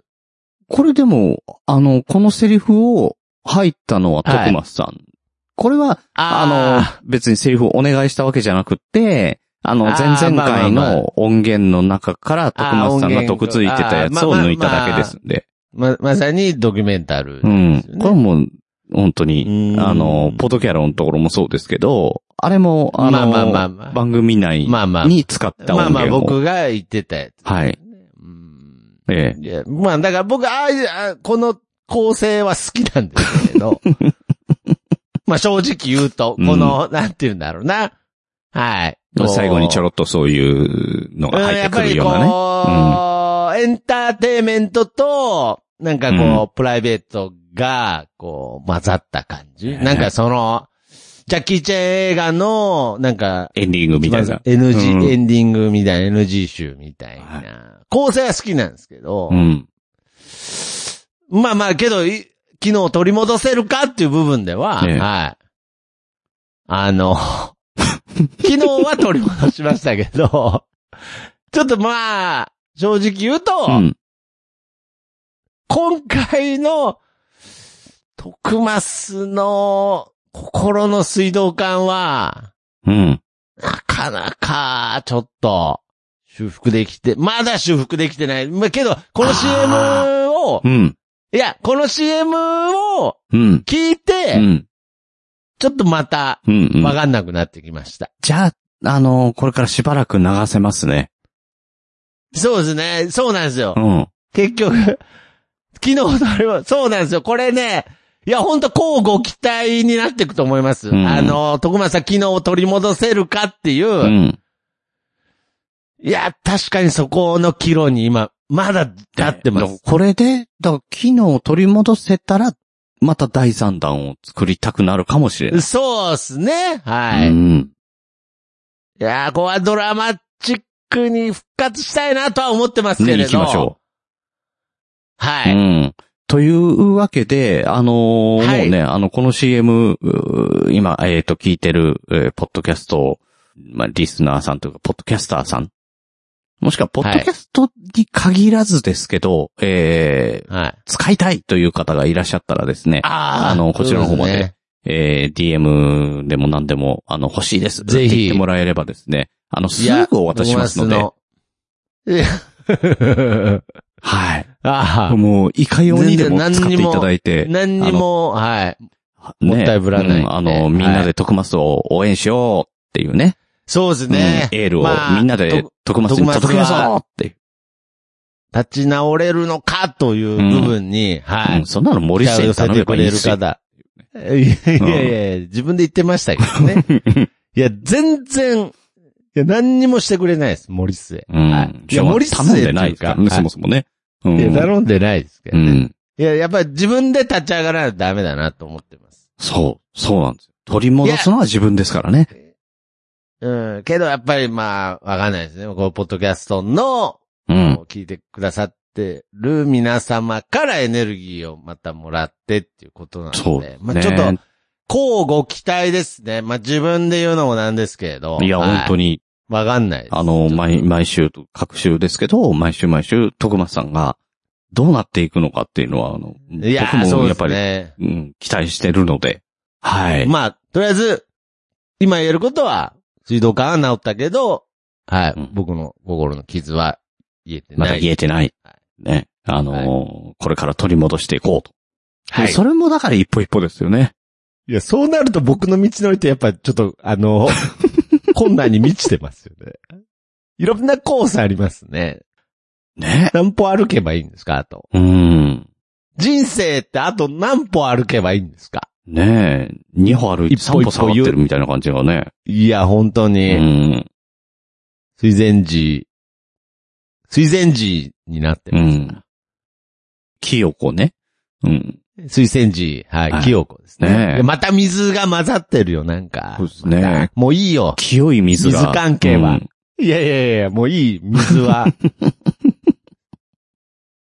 これでも、あの、このセリフを入ったのは徳松さん。これは、
ー
あの、別にセリフをお願いしたわけじゃなくて、あの、
あ
前
ー
々回
まあまあま
の音源の中から徳松さんが得ついてたやつを
あー音源
抜いただけですんで。
ま、まさにドキュメンタル
う
で
ん
すよね、。
これも、本当に
う、ん
あの、ポッドキャロのところもそうですけど、あれも、あ
まあまあまあ
の、
まあ
番組内
まあまあ
に使った
まあ
音
まあ
源を。
僕が言ってたやつ。
はい。
うん。
え
いや、まあだから僕、ああいうあ、この構成は好きなんです けど、まあ正直言うと、この、なんて言うんだろうな。はい。
え。最後にちょ
ろ
ろっとそういうのが入ってくるような
やっ
ね。
ぱりこう、エンターテイメントと、なんかこう、プライベートが、こう、混ざった感じ。
ね
なんかその、ジャッキーチェン映画の、なんか、
エンディングみたいな。
NG、
うん
エンディングみたいな、NG 集みたいな。
はい
構成は好きなんですけど、
うん。
まあまあ、けど、い昨日取り戻せるかっていう部分では、
ええ
はい。あの、 昨日は取り戻しましたけど、ちょっとまあ、正直言うと、
うん。
今回の、徳マスの心の水道管は、
うん。
なかなか、ちょっと、修復できて、まだ修復できてない。まあけど、この CM を
う、ん。
いや、この CM を
うん。
聞いて、
うん。
ちょっとまた、
うん。うん
わかんなくなってきました。
じゃあ、あの、これからしばらく流せますね。
そうですね。そうなんですよ
う。ん。
結局、昨日のあれは、そうなんですよ。これね、いや、ほんと、こうご期待になっていくと思います。
うん
あの、徳松さん、昨日を取り戻せるかっていう、
うん。
いや、確かにそこの岐路に今、まだ立ってます。
これで、だから機能を取り戻せたら、また第三弾を作りたくなるかもしれない。
そうですね。はい。
う
い
ん。
や、ここはドラマチックに復活したいなとは思ってますけれ
ね、
ど。
行きましょ
う。は
う。
い。
うん。というわけで、あのー
はい
もうね、あの、この CM、うー今、えっ、と、聞いてる、えーポッドキャスト、まあ、リスナーさんというか、ポッドキャスターさん。もしくは、ポッドキャストに限らずですけど、えー
はい。
使いたいという方がいらっしゃったらですね、
あー
あのこちらの方まで
そうすね
えー DM でも何でも、あの、欲しいです。
ぜひ
って言ってもらえればですね、あの、すぐお渡ししますので、
いや。
はい。
あ
もう、いかようにでも
全然
使っ
何
て
に
い
も
ただい
あ。
て、
何にも、はい。
ね
もったいぶらない
うんあの、みんなで徳マスを応援しようっていうね。
そうですね
うん。エールを
まあ
みんなで
と
徳マスに届けましょうっていう。
立ち直れるのかという部分に、は
う
い
ん。そんなの森下に頼めばいいです
期
よ。
待を寄せてくれる方。いやいやいや、自分で言ってましたけどね。 いや、全然、いや、何にもしてくれないです、森末。
う
はい
ん。
いや、森末
頼んでないです
か
かららね、そもそもね。うん。
いや、頼んでないですけ
う
どね。
ん。
いや、やっぱり自分で立ち上がらないとダメだなと思ってます。
そう、そうなんですよ。取り戻すのは自分ですからね。
うん。けど、やっぱりまあ、わかんないですね。このポッドキャストの、
うん。
聞いてくださってる皆様からエネルギーをまたもらってっていうことなんで。
そうですね。
まあちょっと、こうご期待ですね。まあ自分で言うのもなんですけれど。
いや、
はい
本当に、
わかんないです。
あの、
ちょっと
毎、毎週と、各週ですけど、毎週毎週、徳松さんが、どうなっていくのかっていうのは、あの、
いや、
僕
そう
も
で
やっ
す
ぱり、
ね。
うん、期待してるので、はい。
まあ、とりあえず、今言えることは、水道管は治ったけど、はい、
うん
僕の心の傷は癒えて
ま
な
だ
い。
言えてない
は。
ね。あのー
はい
これから取り戻していこうと。
はい。
それもだから一歩一歩ですよね。
いや、そうなると僕の道のりってやっぱちょっと、あの、 困難に満ちてますよね。いろんなコースありますね。
ね。
何歩歩けばいいんですかと。
うん。
人生ってあと何歩歩けばいいんですか
ねえ、二歩歩いて
一歩
三
一
歩
歩
下がってるみたいな感じがね。
いや、本当
う
に、
ん。
水前寺、水前寺になって
う
ます。
ん。清子ね。うん。
水仙寺、はい、
はい
清子ですね
ねえ
でまた水が混ざってるよ、なんか。
そうですね
またもういいよ。
清い水が。
水関係は
うん
いやいやいや、もういい、水は。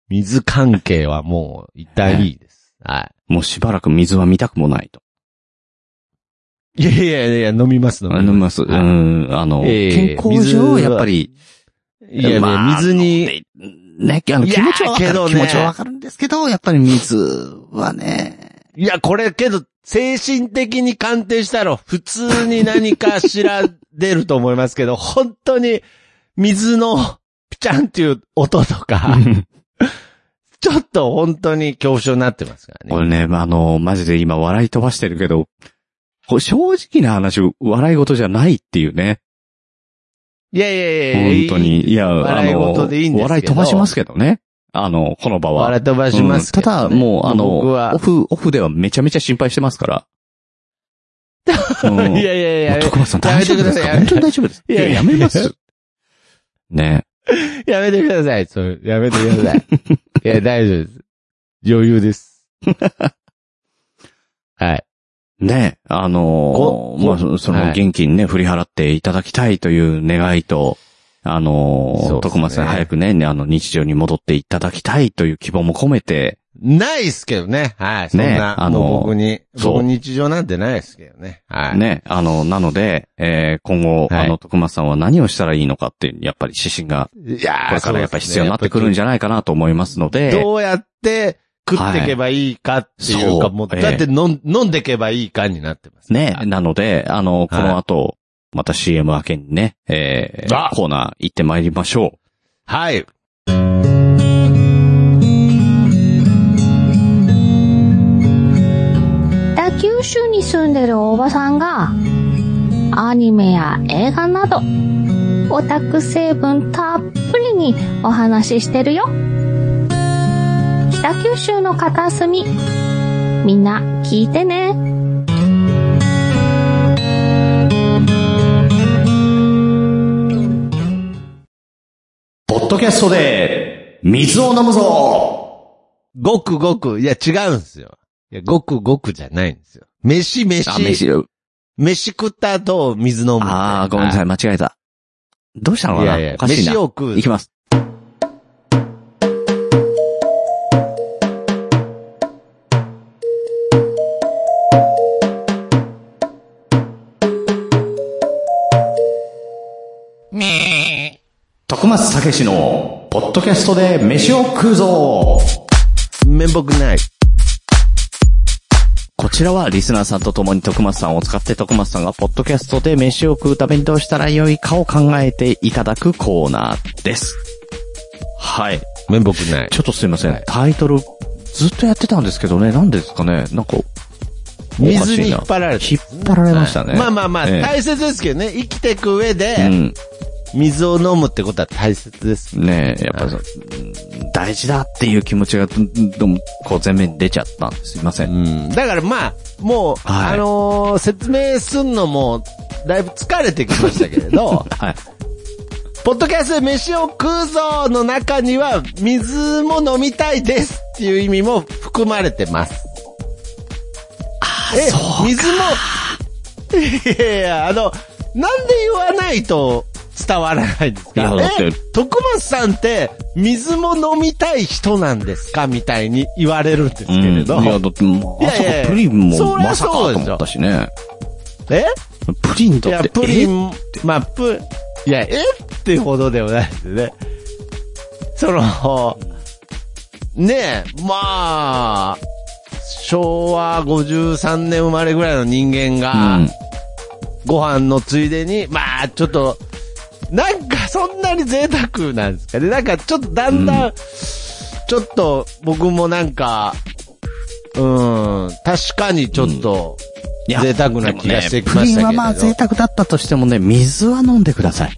水関係はもう、一旦いいです。は
もうしばらく水は見たくもないと。
い。いやいやいや、飲みます、飲
飲みます。う
はい
ん。あの、
え
健
え
康上、
水は
やっぱり、
いやいや、
まあ
水に、、
ね、あの
いや
気持
ー
ちはわか
け
る、
どね
気持ちはわかるんですけど、やっぱり水は ね、
いや、これけど、精神的に鑑定したら、普通に何かしら出ると思いま すけど、本当に、水の、ピチャンっていう音とか、ちょっと本当に恐怖症になってますからね。
俺ね、まああの、マジで今笑い飛ばしてるけど、こう正直な話、笑い事じゃないっていうね。
いやいやいやい
本
や
当に。いや、あ
笑い
の、
事でいいんですけど
笑い飛ばしますけどね。あの、この場は。
笑い飛ばします
う
け
んた
どね、
だ、もう、あの、
僕は
オ、フ、オフではめちゃめちゃ心配してますから。 うん
いやいやい
も
や
う、徳松さん
や
大
め
丈夫
てく
で
だ
す
さい
か本当に大丈夫です。
いやいや
やめます。ね。
やめてください。そう、やめてく ださい。いや、大丈夫です。余裕です。はい。
ね、あの
こ
ーまあ、そその
はい
現金ね、振り払っていただきたいという願いと、あのー
そうですね
徳松さん早くね、あの、日常に戻っていただきたいという希望も込めて、
ないっすけどね。はい。そんな、
ねあの
もう僕に、
そう
僕日常なんてないっすけどね。はい。
ね、あの、なので、えー今後、
はい
あの、徳松さんは何をしたらいいのかっていう、やっぱり指針が、
いやー
これからやっぱり必要になってくるん
じ
じゃないかなと思いますので、
どうやって食っていけばいいかっていうか、
はい
もう、
そう
だって飲ん、飲んでけばいいかになってます。
ね
は、い
なので、あの、この
は
後、また CM 明けにね、え
あ
ー、コーナー行ってまいりましょ
はい。
北九州に住んでるおばさんがアニメや映画などオタク成分たっぷりにお話ししてるよ北九州の片隅みんな聞いてね
う。ポッドキャストで、水を飲むぞ
ごくごく、いや、違うんですよ。いや、ごくごくじゃないんですよ。飯、飯、
あ、飯
飯、、食った後、水飲む。
あー、ごめんなさい、
い。
間違えた。どうしたのか
い
な
やいや
おかしいな。
飯を食う
いきます。徳松たけしの、ポッドキャストで飯を食うぞ
面目ない。
こちらはリスナーさんと共に徳松さんを使って徳松さんがポッドキャストで飯を食うためにどうしたらよいかを考えていただくコーナーです。はい。
面目ない。
ちょっとすいません。
はい
タイトル、ずっとやってたんですけどね、何ですかねなんか、
水に引っ張られて
引っ張られましたね。
まあまあまあ、
ええ
大切ですけどね。生きていく上
う
で、
ん。
水を飲むってことは大切です。
ねえ、やっぱりそううん大事だっていう気持ちが、どんどんこう前面に出ちゃったんです。すいません。
うん。だからまあ、もう、
はい、
あのー説明すんのも、だいぶ疲れてきましたけれど
はい。
ポッドキャストで飯を食うぞの中には、水も飲みたいですっていう意味も含まれてます。ああ、そう水も、いやいや、あの、なんで言わないと伝わらないんです
いや
か
だって
え、徳松さんって、水も飲みたい人なんですかみたいに言われるんですけれど。
うんいや、だって、もうまさ
いやいやい
か
や
プリンも
そり
ま
ゃ
さか
そう
と
でしょ
思ったしね。
え
プリン
い
だ
や
って、、
プリ
え
ン、まあ、プ、いや、えってほどではないですね。その、ねえ、まあ、昭和53年生まれぐらいの人間が、
うん
ご飯のついでに、まあ、ちょっと、なんかそんなに贅沢なんですかね。なんかちょっとだんだん、ちょっと僕もなんか、うん、確かにちょっと、
いや
贅沢な気がしてきましたけれど
でもねプリンはまあ贅沢だったとしてもね、水は飲んでください。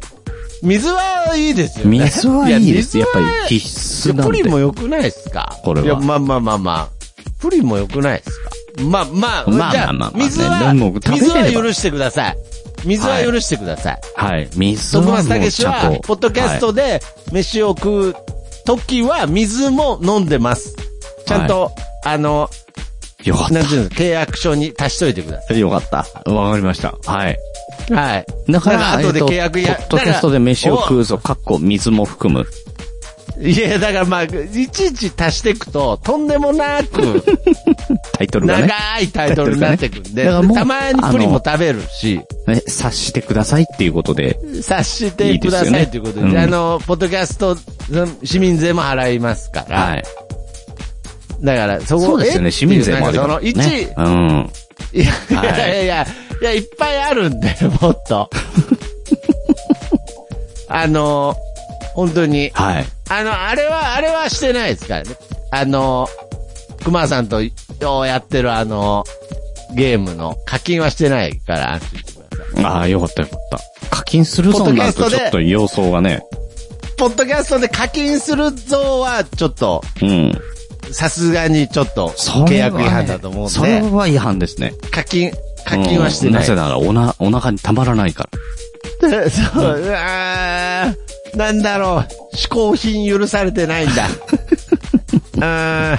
水はいいですよね。
水はいいです。
い
や
や
っぱ
水は
り必須
いや
なん
プリンも
で。
良くないですか
これはい
や、まあまあまあまあ。プリンも良くないですかまあまあ、
まあ
じ
まあまあ
ゃ
まあね
水
で
は、
も食べれ
水
れば
は許してください。水は許してください。
はい。水は
徳
も
松
う
武史
ちゃん
は
と。、
ポッドキャストで飯を食う時は水も飲んでます。ちゃんと、あの、
はいよかっ
なんていうの、契約書に足しといてくださ
た。よかった。わかりました。はい。
い。はい。
だから、
なんか後で
えっと
契約や
ポッドキャストで飯を食うぞ、かっこ水も含む。
いや、だからまあ、いちいち足していくと、とんでもなく、
タイトルがね、
長いタイトルになってくん
タイ
で、
トルがねだからもう
たまにプリンも食べるし、
ね察してくださいっていうことで。
察してくだ
いいですよ
さい
ね
ということで、
うん
あの、ポッドキャスト、市民税も払いますから、
はい。
だから、そこ
そうですよ
え
ね、市民税もあり
な
ま
ん
す
かその、
ね。
一、
うん。
いや、い
はい
やいや、いや、いっぱいあるんで、もっ と。あの、本当に。
はい。
あの、あれは、あれはしてないですからね。あの、熊さんとようやってるあの、ゲームの課金はしてないから安心してください。
ああ、よかったよかった。課金する
ポッ
ぞ
ドキ
な
ャ
ん
スト
と
で
ちょっと様相がね。
ポッドキャストで課金するぞは、ちょっと、
うん。
さすがにちょっと、
そ
契
れはね
約違反だと思うん
それ
で、
は違反ですね。
課金、課金はしてない。
うんぜなら、おな、お腹にたまらないから。
そう、うわーなんだろう、嗜好品許されてな いんだ。あ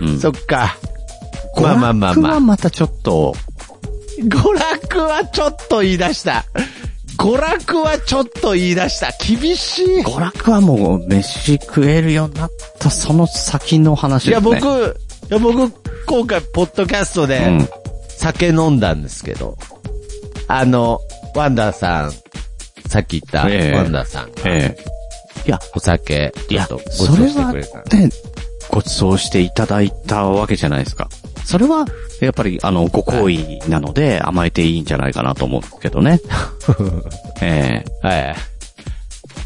う
ー
ん
そっか。まあまあまあ
娯楽
まあ
は。またちょっと、
娯楽はちょっと言い出した。娯楽はちょっと言い出した。厳しい。
娯楽はもう飯食えるようになったその先の話
い
で
や、
すね。
僕、いや、僕、今回、ポッドキャスト
う
で
ん、
酒飲んだんですけど、あの、ワンダーさん、さっき言った、
ええ
ワンダーさんが、
え
お酒、
え。い
ちょ
や
っと、ご
そ
馳
れ
走して
は
くれたんで。
ね、ご馳走していただいたわけじゃないですか。それは、やっぱり、あの、ご好意なので甘えていいんじゃないかなと思うんですけど ね。ええ。
はい。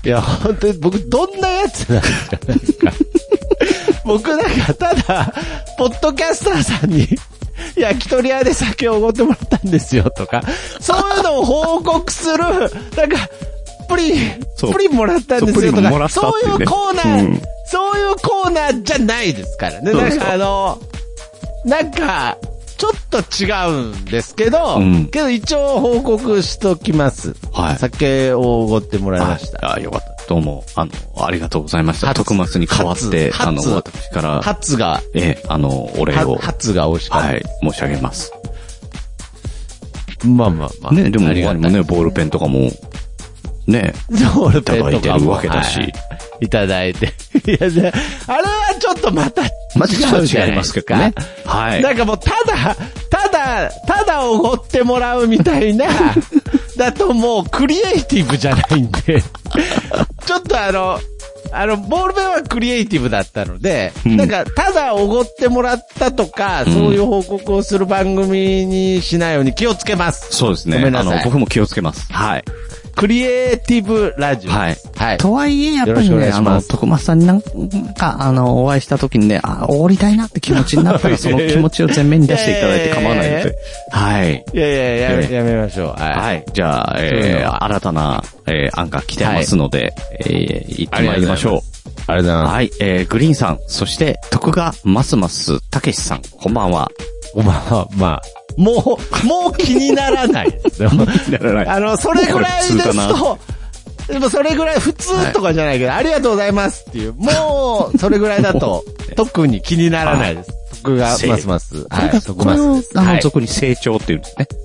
いや、本当に僕、どんなやつなんですかなんか 僕なんか、ただ、ポッドキャスターさんに、焼き鳥屋で酒をおごってもらったんですよ、とか、そういうのを報告する、なんか、プリ
そ
ン、
う
プリンもらったんです
そ
よ、と
うプリンもら
か、
ったっ
そう
て
い
いうね
うコーナー、
うん
そういうコーナーじゃないですからね。
そう
な
で
ん
すか
かあの、なんか、ちょっと違うんですけど、
うん
けど一応報告しときます。
はい
酒をおごってもらいました。
あ、あよかった。どうも、あの、ありがとうございました。
初
徳松に代わって、
初
あの、
初
私から、
ハツが、
ええ、あの、お礼を
ハ、ハツが美味しかった。
はい、申し上げます。
まあまあまあ。
ね、でも
あり
他
が
に
た
も
い
ね、。ボールペンとかも、ね、
ボール
いた
ペン
だい
と
て
か
る
も
わけだし
はい。いただいて。 いや、じゃああれはちょっとまた違
まず
うじゃ
違
ないい
ま
ですす
け
か。
どね。はい。
なんかもう、ただ、ただ、ただおごってもらうみたい な、だともう、クリエイティブじゃないん で、ちょっとあの、あの、ボールペンはクリエイティブだったので、
うん
なんか、ただおごってもらったとか、そういう報告をする番組にしないように気をつけます。
そうですね。
ごめんな
あ
さい
の、僕も気をつけます。はい。
クリエイティブラジオです。はい。
とはいえ、やっぱりね、
よろしくお
あ
願いしま
の、
す
徳松さんになんか、あの、お会いした時にね、あ、おごりたいなって気持ちになった ら、その気持ちを前面に出していただいて構わないので。はい。
いやいや、や
え
め、
え
やめましょう。は。
はいい。じゃあ、
そういう
え
の
ー、
は
新たな、えー、案が来てますので、えー、行ってまいりましょう。
ありがとうございます。
はい。えー、グリーンさん、そして、徳がますますたけしさん、こんばん は。
おまあ、まあ。もう、もう気にならない ですね。あの、それぐらいで
もうこれ普通だ
すと、でもそれぐらい普通とかじゃないけど、ありがとうございますっていう、もう、それぐらいだと、 特に気にならないです。徳が、
せい
ますます。
これ
は
が
い、徳ますで
こ
す。
れをあ
は
の、
い。
俗に成長っていうんですね。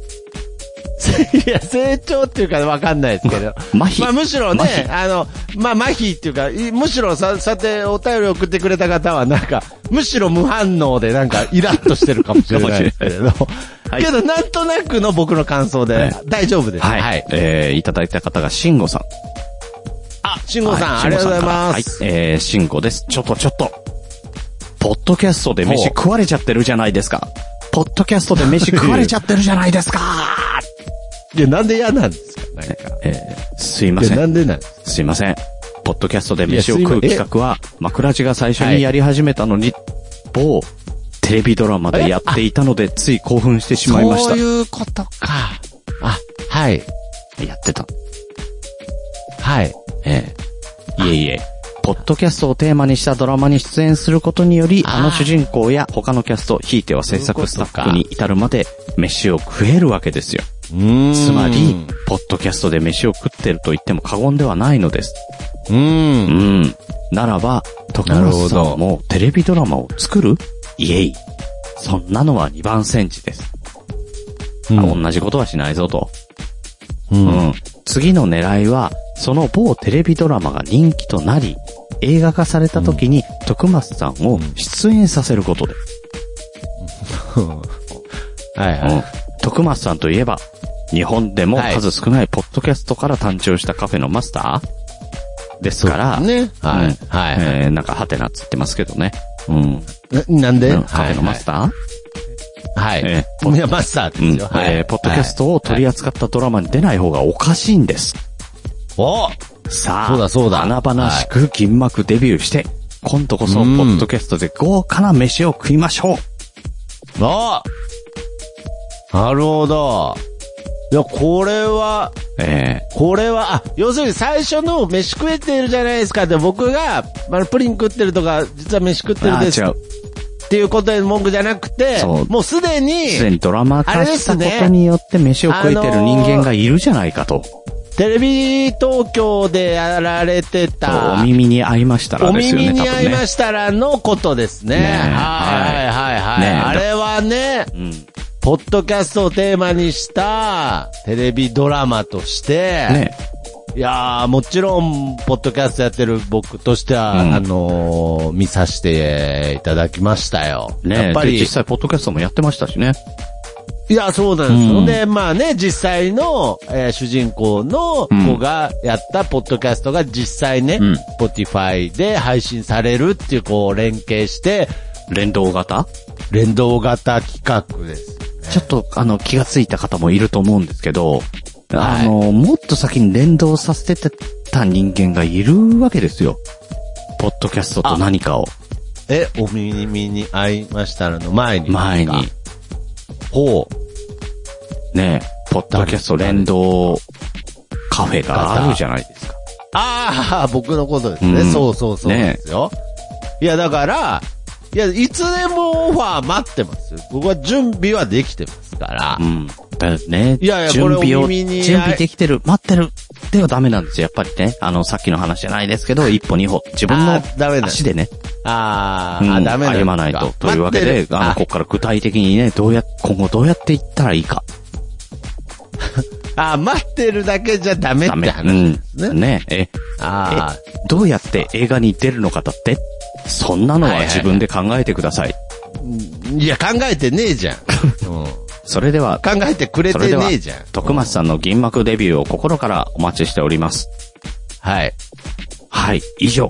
いや、成長っていうかわかんないですけど。
麻痺
まあむしろね
麻、
あの、まあ麻痺っていうか、いむしろさ、さてお便り送ってくれた方はなんか、むしろ無反応でなんかイラッとしてるかもしれないです けれど。
い
けどなんとなくの僕の感想
は
で
い
大丈夫です。
はい。
はい。
えー、いただいた方が、慎吾さん。
あ、慎吾さん、
は
ありがとうござい
慎吾
ま
さん
す。
からはい。えー、慎吾です。ちょっとちょっと。ポッドキャストで飯
ほう
食われちゃってるじゃないですか。ポッドキャストで飯食われちゃって るじゃないですか。
いや、なんで嫌なんですかなんか。
えー、すいま
い
せ
や、
ん
な。んでなんですか
すいません。ポッドキャストで飯を
いやすいま
食う企画は、枕地が最初にやり始めたのに、某テレビドラマでやっていたので、つい興奮してしまいました。
いうことか。あ、はい。
やってた。
はい。
えいえ。ポッドキャストをテーマにしたドラマに出演することにより、
あー
あの主人公や他のキャスト、ひいては制作スタッフに至るまで、飯を食えるわけですよ。
うん
つまり、ポッドキャストで飯を食ってると言っても過言ではないのです。
う。
うんん。ならば、徳松さ
なるほど
んもテレビドラマを作るいえい。そんなのは二番センチです。あ同じことはしないぞと。
うん
うん。次の狙いは、その某テレビドラマが人気となり、映画化された時に、徳松さんを出演させることで。
はい
うん
は。
徳松さんといえば、日本でも数少ないポッドキャストから誕生したカフェのマスターですから、
い。ね。は
うん
い。はい。
えー、なんかハテナっつってますけどね。うん。
ななんで
うんカフェのマスター、
はい。
え
はい。いや、マスター
うん
で、すよ。はい。
えーポッドキャストを取り扱ったドラマに出ない方がおかしいんです。
はい。
さあ、
そうだそうだ
華々しく銀幕デビューして、今度こそポ
うん
ッドキャストで豪華な飯を食いましょう。
おおなるほど。いや、これは、
え
これは、あ、要するに最初の飯食えてるじゃないですかって僕が、まあ、プリン食ってるとか、実は飯食って
ー、
る
あ
です
ー違
っ
う。
ていうことへの文句じゃなくて、
そう
もうすでに、
すでにドラマ化したことによって飯を食えてる人間がいるじゃないかと。
テレビ東京でやられてた、
お耳に合いましたら
お
ですよね、
耳
多
に合い
分ね
ま。したらのことですね。
ねえ
はいはいはい。
ねえ
あれはね、
うん。
ポッドキャストをテーマにしたテレビドラマとして、
ね。
いやー、もちろん、ポッドキャストやってる僕としては、
うん
あのー、見させていただきましたよ。
ね
やっぱ
で
り
実、際ポッドキャストもやってましたしね。
いや、そうなんですよ。
うん
で、まあね、実際の、えー主人公の子がやったポッドキャストが実際ね、
うん
Spotify で配信されるっていう、こう、連携して、
連動型
連動型企画です。
ちょっと、あの、気がついた方もいると思うんですけど、
はい
あの、もっと先に連動させてた人間がいるわけですよ。ポッドキャストと何かを
え、お耳に合いましたらの前に。
前に、
ほう。
ね、ポッドキャスト連動カフェがあるじゃないですか。
ああ、僕のことですね。
うん
そうそうそう
ね
ですよ。いや、だから、いや、いつでもオファー待ってますよ。僕は準備はできてますから
う。ん。だよね。
いやいや
準備
これお
を、
耳に
準備できてる、待ってる、ではダメなんですよ。やっぱりね、あの、さっきの話じゃないですけど、一歩二歩、自分
あ
の
ーダメだ
足でね、
あ
う
ー
ん
あ、ダメなん
歩
ですか
まないと。というわけ
待
で
っ、てる
あの、ここから具体的にね、どうや、今後どうやっていったらいいか。
ああ、待ってるだけじゃダメっ
ダメ
て話ですね。
うんねえ、
ああ、
どうやって映画に出るのかだって、そんなのは自分で考えてください。
いや、考えてね えじゃん。うん
それでは、
考えてくれ
そ
て
れでは
ねえじゃん。、
徳松さんの銀幕デビューを心からお待ちしております。
はい。
はい、以上、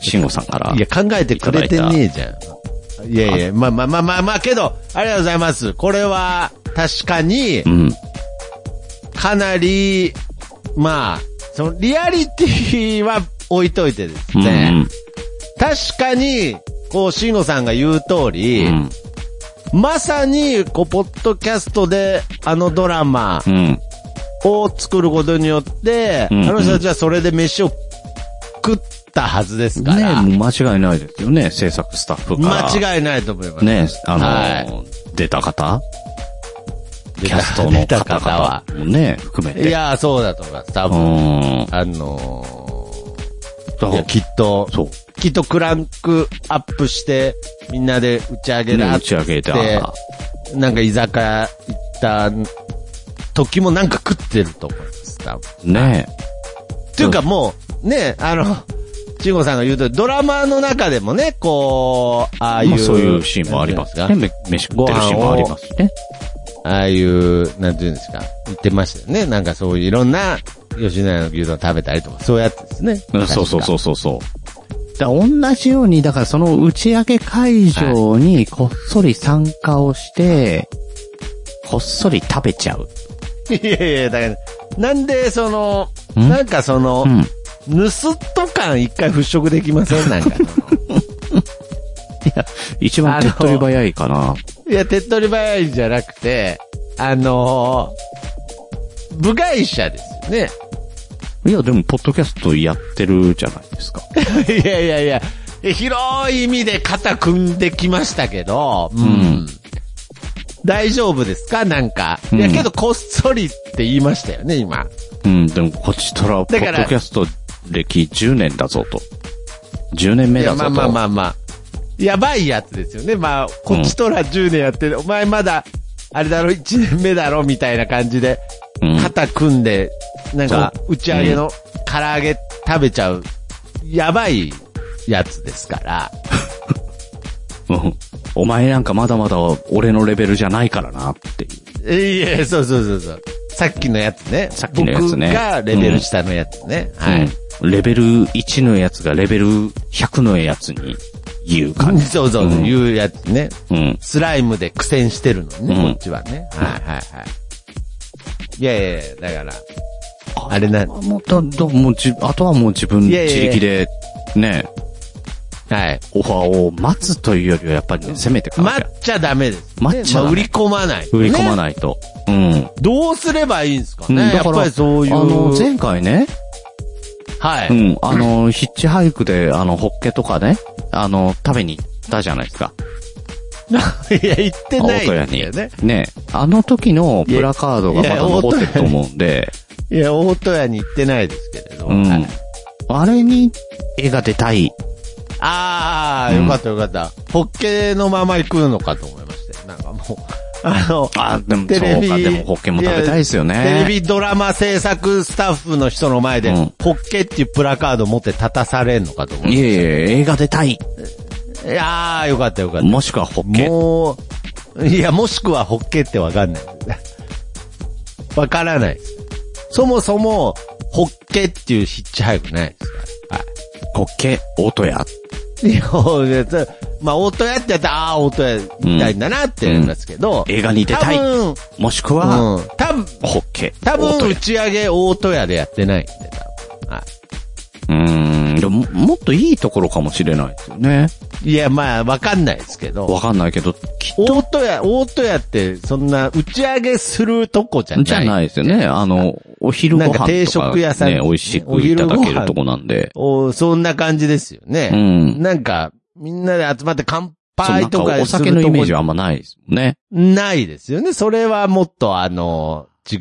慎吾さんから
い。や、考えてくれてねえじゃん。いやいや、まあまあまあまあまあ、けど、ありがとうございます。これは、確かに
う、ん、
かなり、まあ、その、リアリティは置いといてです
うん、
ね。確かに、こう、慎吾さんが言う通
う
り、
ん、
まさに、こう、ポッドキャストで、あのドラマ
うん、
を作ることによって、
うんうん
あの人たちはそれで飯を食ったはずですか
ね
ら、
もう間違いないですよね、制作スタッフから。
間違いないと思います。
ね、あの、
は
出た方
出た
キャストの
出た
方
方は
々。もね、含めて。
いやー、そうだと思います。多
う
分、
ん。
あの
そう
ー、いやきっと、
そう。
きっとクランクアップして、みんなで打ち上げ
ね
だ
打
っ
ち上げ
て、
てあった。
なんか居酒屋行った時もなんか食ってると思います、多分。
ね
っていうかもう、ね、あの、ちごさんが言うと、ドラマの中でもね、こう、ああいう、
まあそういうシーンもあります
なん
ね。
ていうんで
め飯食ってるシーンもありますしね。
すかああいう、なんていうんですか、言ってましたよね。なんかそういういろんな、吉野家の牛丼食べたりとか、そういうやつですね。。
うんそうそうそう うそうそう。だ同じように、だからその打ち上げ会場にこっそり参加をして、こっそり食べちゃう。
いやいや、だから、なんで、その、
ん
なんかその
う、ん。い
盗っと感一回払拭できませんなん か。
や、一番手っ取り早いかな。
いや、手っ取り早いんじゃなくて、あのー部外者ですよね。
いや、でも、ポッドキャストやってるじゃないですか。
いやいやいや、広い意味で肩組んできましたけど、うん。
ん
大丈夫ですかなんか。いや、
うん
けど、こっそりって言いましたよね、今。
うん、でも、こっちとら、ポ
だ
ッ
から
ドキャスト歴10年だぞと。10年目
いや、
だぞ
まあ
と。
まあまあまあ。やばいやつですよね。まあ、こっちとら10年やってる。お前まだ、あれだろ、1年目だろ、みたいな感じで、
うん
肩組んで、なんか、打ち上げの唐揚げ食べちゃう、やばいやつですから。
うんお前なんかまだまだ俺のレベルじゃないからなっていう。
いや、そうそうそうそう。さっきのやつね。
さっきのやつね
僕がレベル下のやつね。はい。
うんレベル1のやつがレベル100のやつに言う感じ。
そうそう、
うん
いうやつね。
うん。
スライムで苦戦してるのにね、
うん
こっちはね。はいはいはい。いやいやいや、だから、あれな、は
もうだだもうじあとはもう自分
いやいやい
自
や
力で、ね、
い。
オファーを待つというよりはやっぱりね、攻めてから
待っちゃダメです、ね。
待っちゃダメ
まあ売り込まない、
売り込ま
い。
ないと。うん
どうすればいいんですか
うん。
ね、やっぱりそういう。
あの、前回ね、
は
う
い。
ん、あの、ヒッチハイクで、あの、ホッケとかね、あの、食べに行ったじゃないですか。
いや、言ってないんだよね。
ねあの時のプラカードがまだ残ってると思うんで、
いや、大戸屋に行ってないですけれど。
うん
はい
あれに絵が出たい。
ああ、
うん
よかったよかった。ホッケのまま行くのかと思いましたよなんかもう、あの、
あ、でも、
テレビ
そうか、でもホッケも食べたいですよね。
テレビドラマ制作スタッフの人の前で、
うん
ホッケっていうプラカード持って立たされんのかと思う。
い
い
えいえ、映画出たい。
やー、よかったよかった。
もしくはホッケ。
もう、いや、もしくはホッケってわかんない。わからない。そもそも、ホッケっていうヒッチハイクないですから。はい。
ホッケ、音や。
いや、まあ、オートやってやったら、ああ、オートやみたいだなってなりますけど、
映画に出たい
多。分、
もしくは、
うん、多分、
ホッケ。
多
音
分、打
や
ち上げオートやでやってないんで、多分。は
うーん、でも、もっといいところかもしれないですよね。
い。いや、まあ、わかんないですけ
わ
ど、
かんないけど、き
オートや、オートやって、そんな、打ち上げするとこじゃない。
じゃないですよね。あの、お昼ご飯と
なん
か、
か
ね、
定食屋さん
美味しくいただけるとこなんで。
おそんな感じですよ
う
ね。
ん。
なんか、みんなで集まって乾
そうな
杯
んか
とか
お
す
酒の
る
イ
と
メ
こ
ージはあんまないですもんね。
ないですよね。それはもっと、あの、違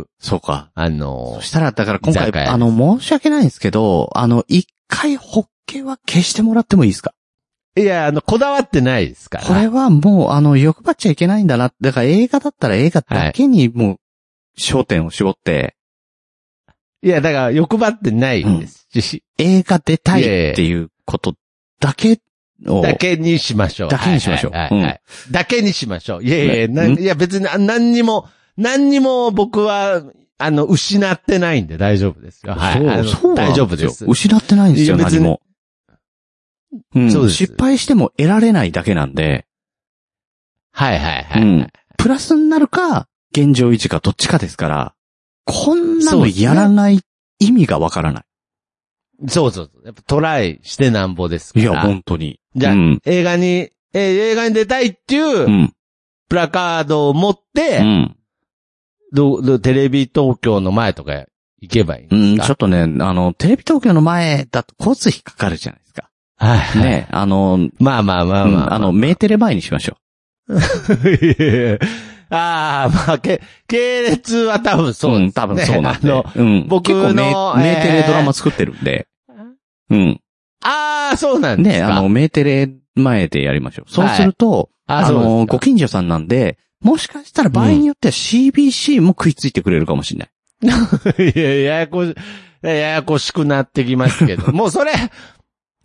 う、
そうか。
あの
そ、したら、だから今
居酒
回、
屋
あの、申し訳ないんですけど、あの、一回ホッケは消してもらってもいいですか
いや、あの、こだわってないですから。
これはもう、あの、欲張っちゃいけないんだな。だから映画だったら映画だけにもう、焦点を絞って、
いや、だから、欲張ってないですし、
映画出たいっていうことだけを、
だけにしましょう。
だけにしましょう
はいはいはいはいだけにしましょう。いやいやいや、
ね
な
うん
いや別に、あ何にも、何にも僕は、あの、失ってないんで大丈夫ですよ。はい。あの
そう、そうなんで
大
す
丈
よ
夫です。
失ってないんですよ、
いや別
何
に
も。うん
そうです
失敗しても得られないだけなんで、
はいはいはい。
うんプラスになるか、現状維持かどっちかですから、こんなのやらない意味がわからない。
そうそうそう。やっぱトライしてなんぼですから。
いや、本当に。
じゃあ、
うん。
映画に、えー映画に出たいっていうう、
ん。
プラカードを持って、
うん。
どどテレビ東京の前とか行けばいいん
う
です
ん、
か
ちょっとね、あの、テレビ東京の前だと交通費かかるじゃないですか。
はいはい。
ね、あの、うん
まあまあまあまあまあ。
あの、メーテレ前にしましょ
ああ、まあ、け、系列は多分
う。
そうです、
ん、多分そうなん
あ
で
の、。
うん。
僕
結構メ
の
メーテ
え
レ
ー
ドラマ作ってるんで。うん。
ああ、そうなんです
ね、
か。
あの、メーテレ前でやりましょう。そうすると、
あー
あ
そうです
の、
か
ご近所さんなんで、もしかしたら場合によっては CBC も食いついてくれるかもしれない。
いや、ややこし、ややこしくなってきますけど、もうそれ、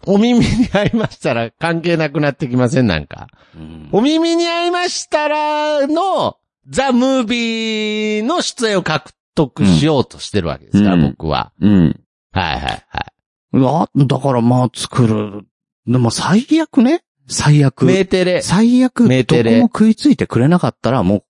お耳に合いましたら関係なくなってきません、なんか。
うん
お耳に合いましたらの、ザ・ムービーの出演を獲得しようとしてるわけですから、
うん
僕は。
うん。
はいはいはい。
あ、だからまあ作る。でも最悪ね。最悪。
メーテレ。
最悪、
メー
ど
テ
こ
レ
も食いついてくれなかったら、も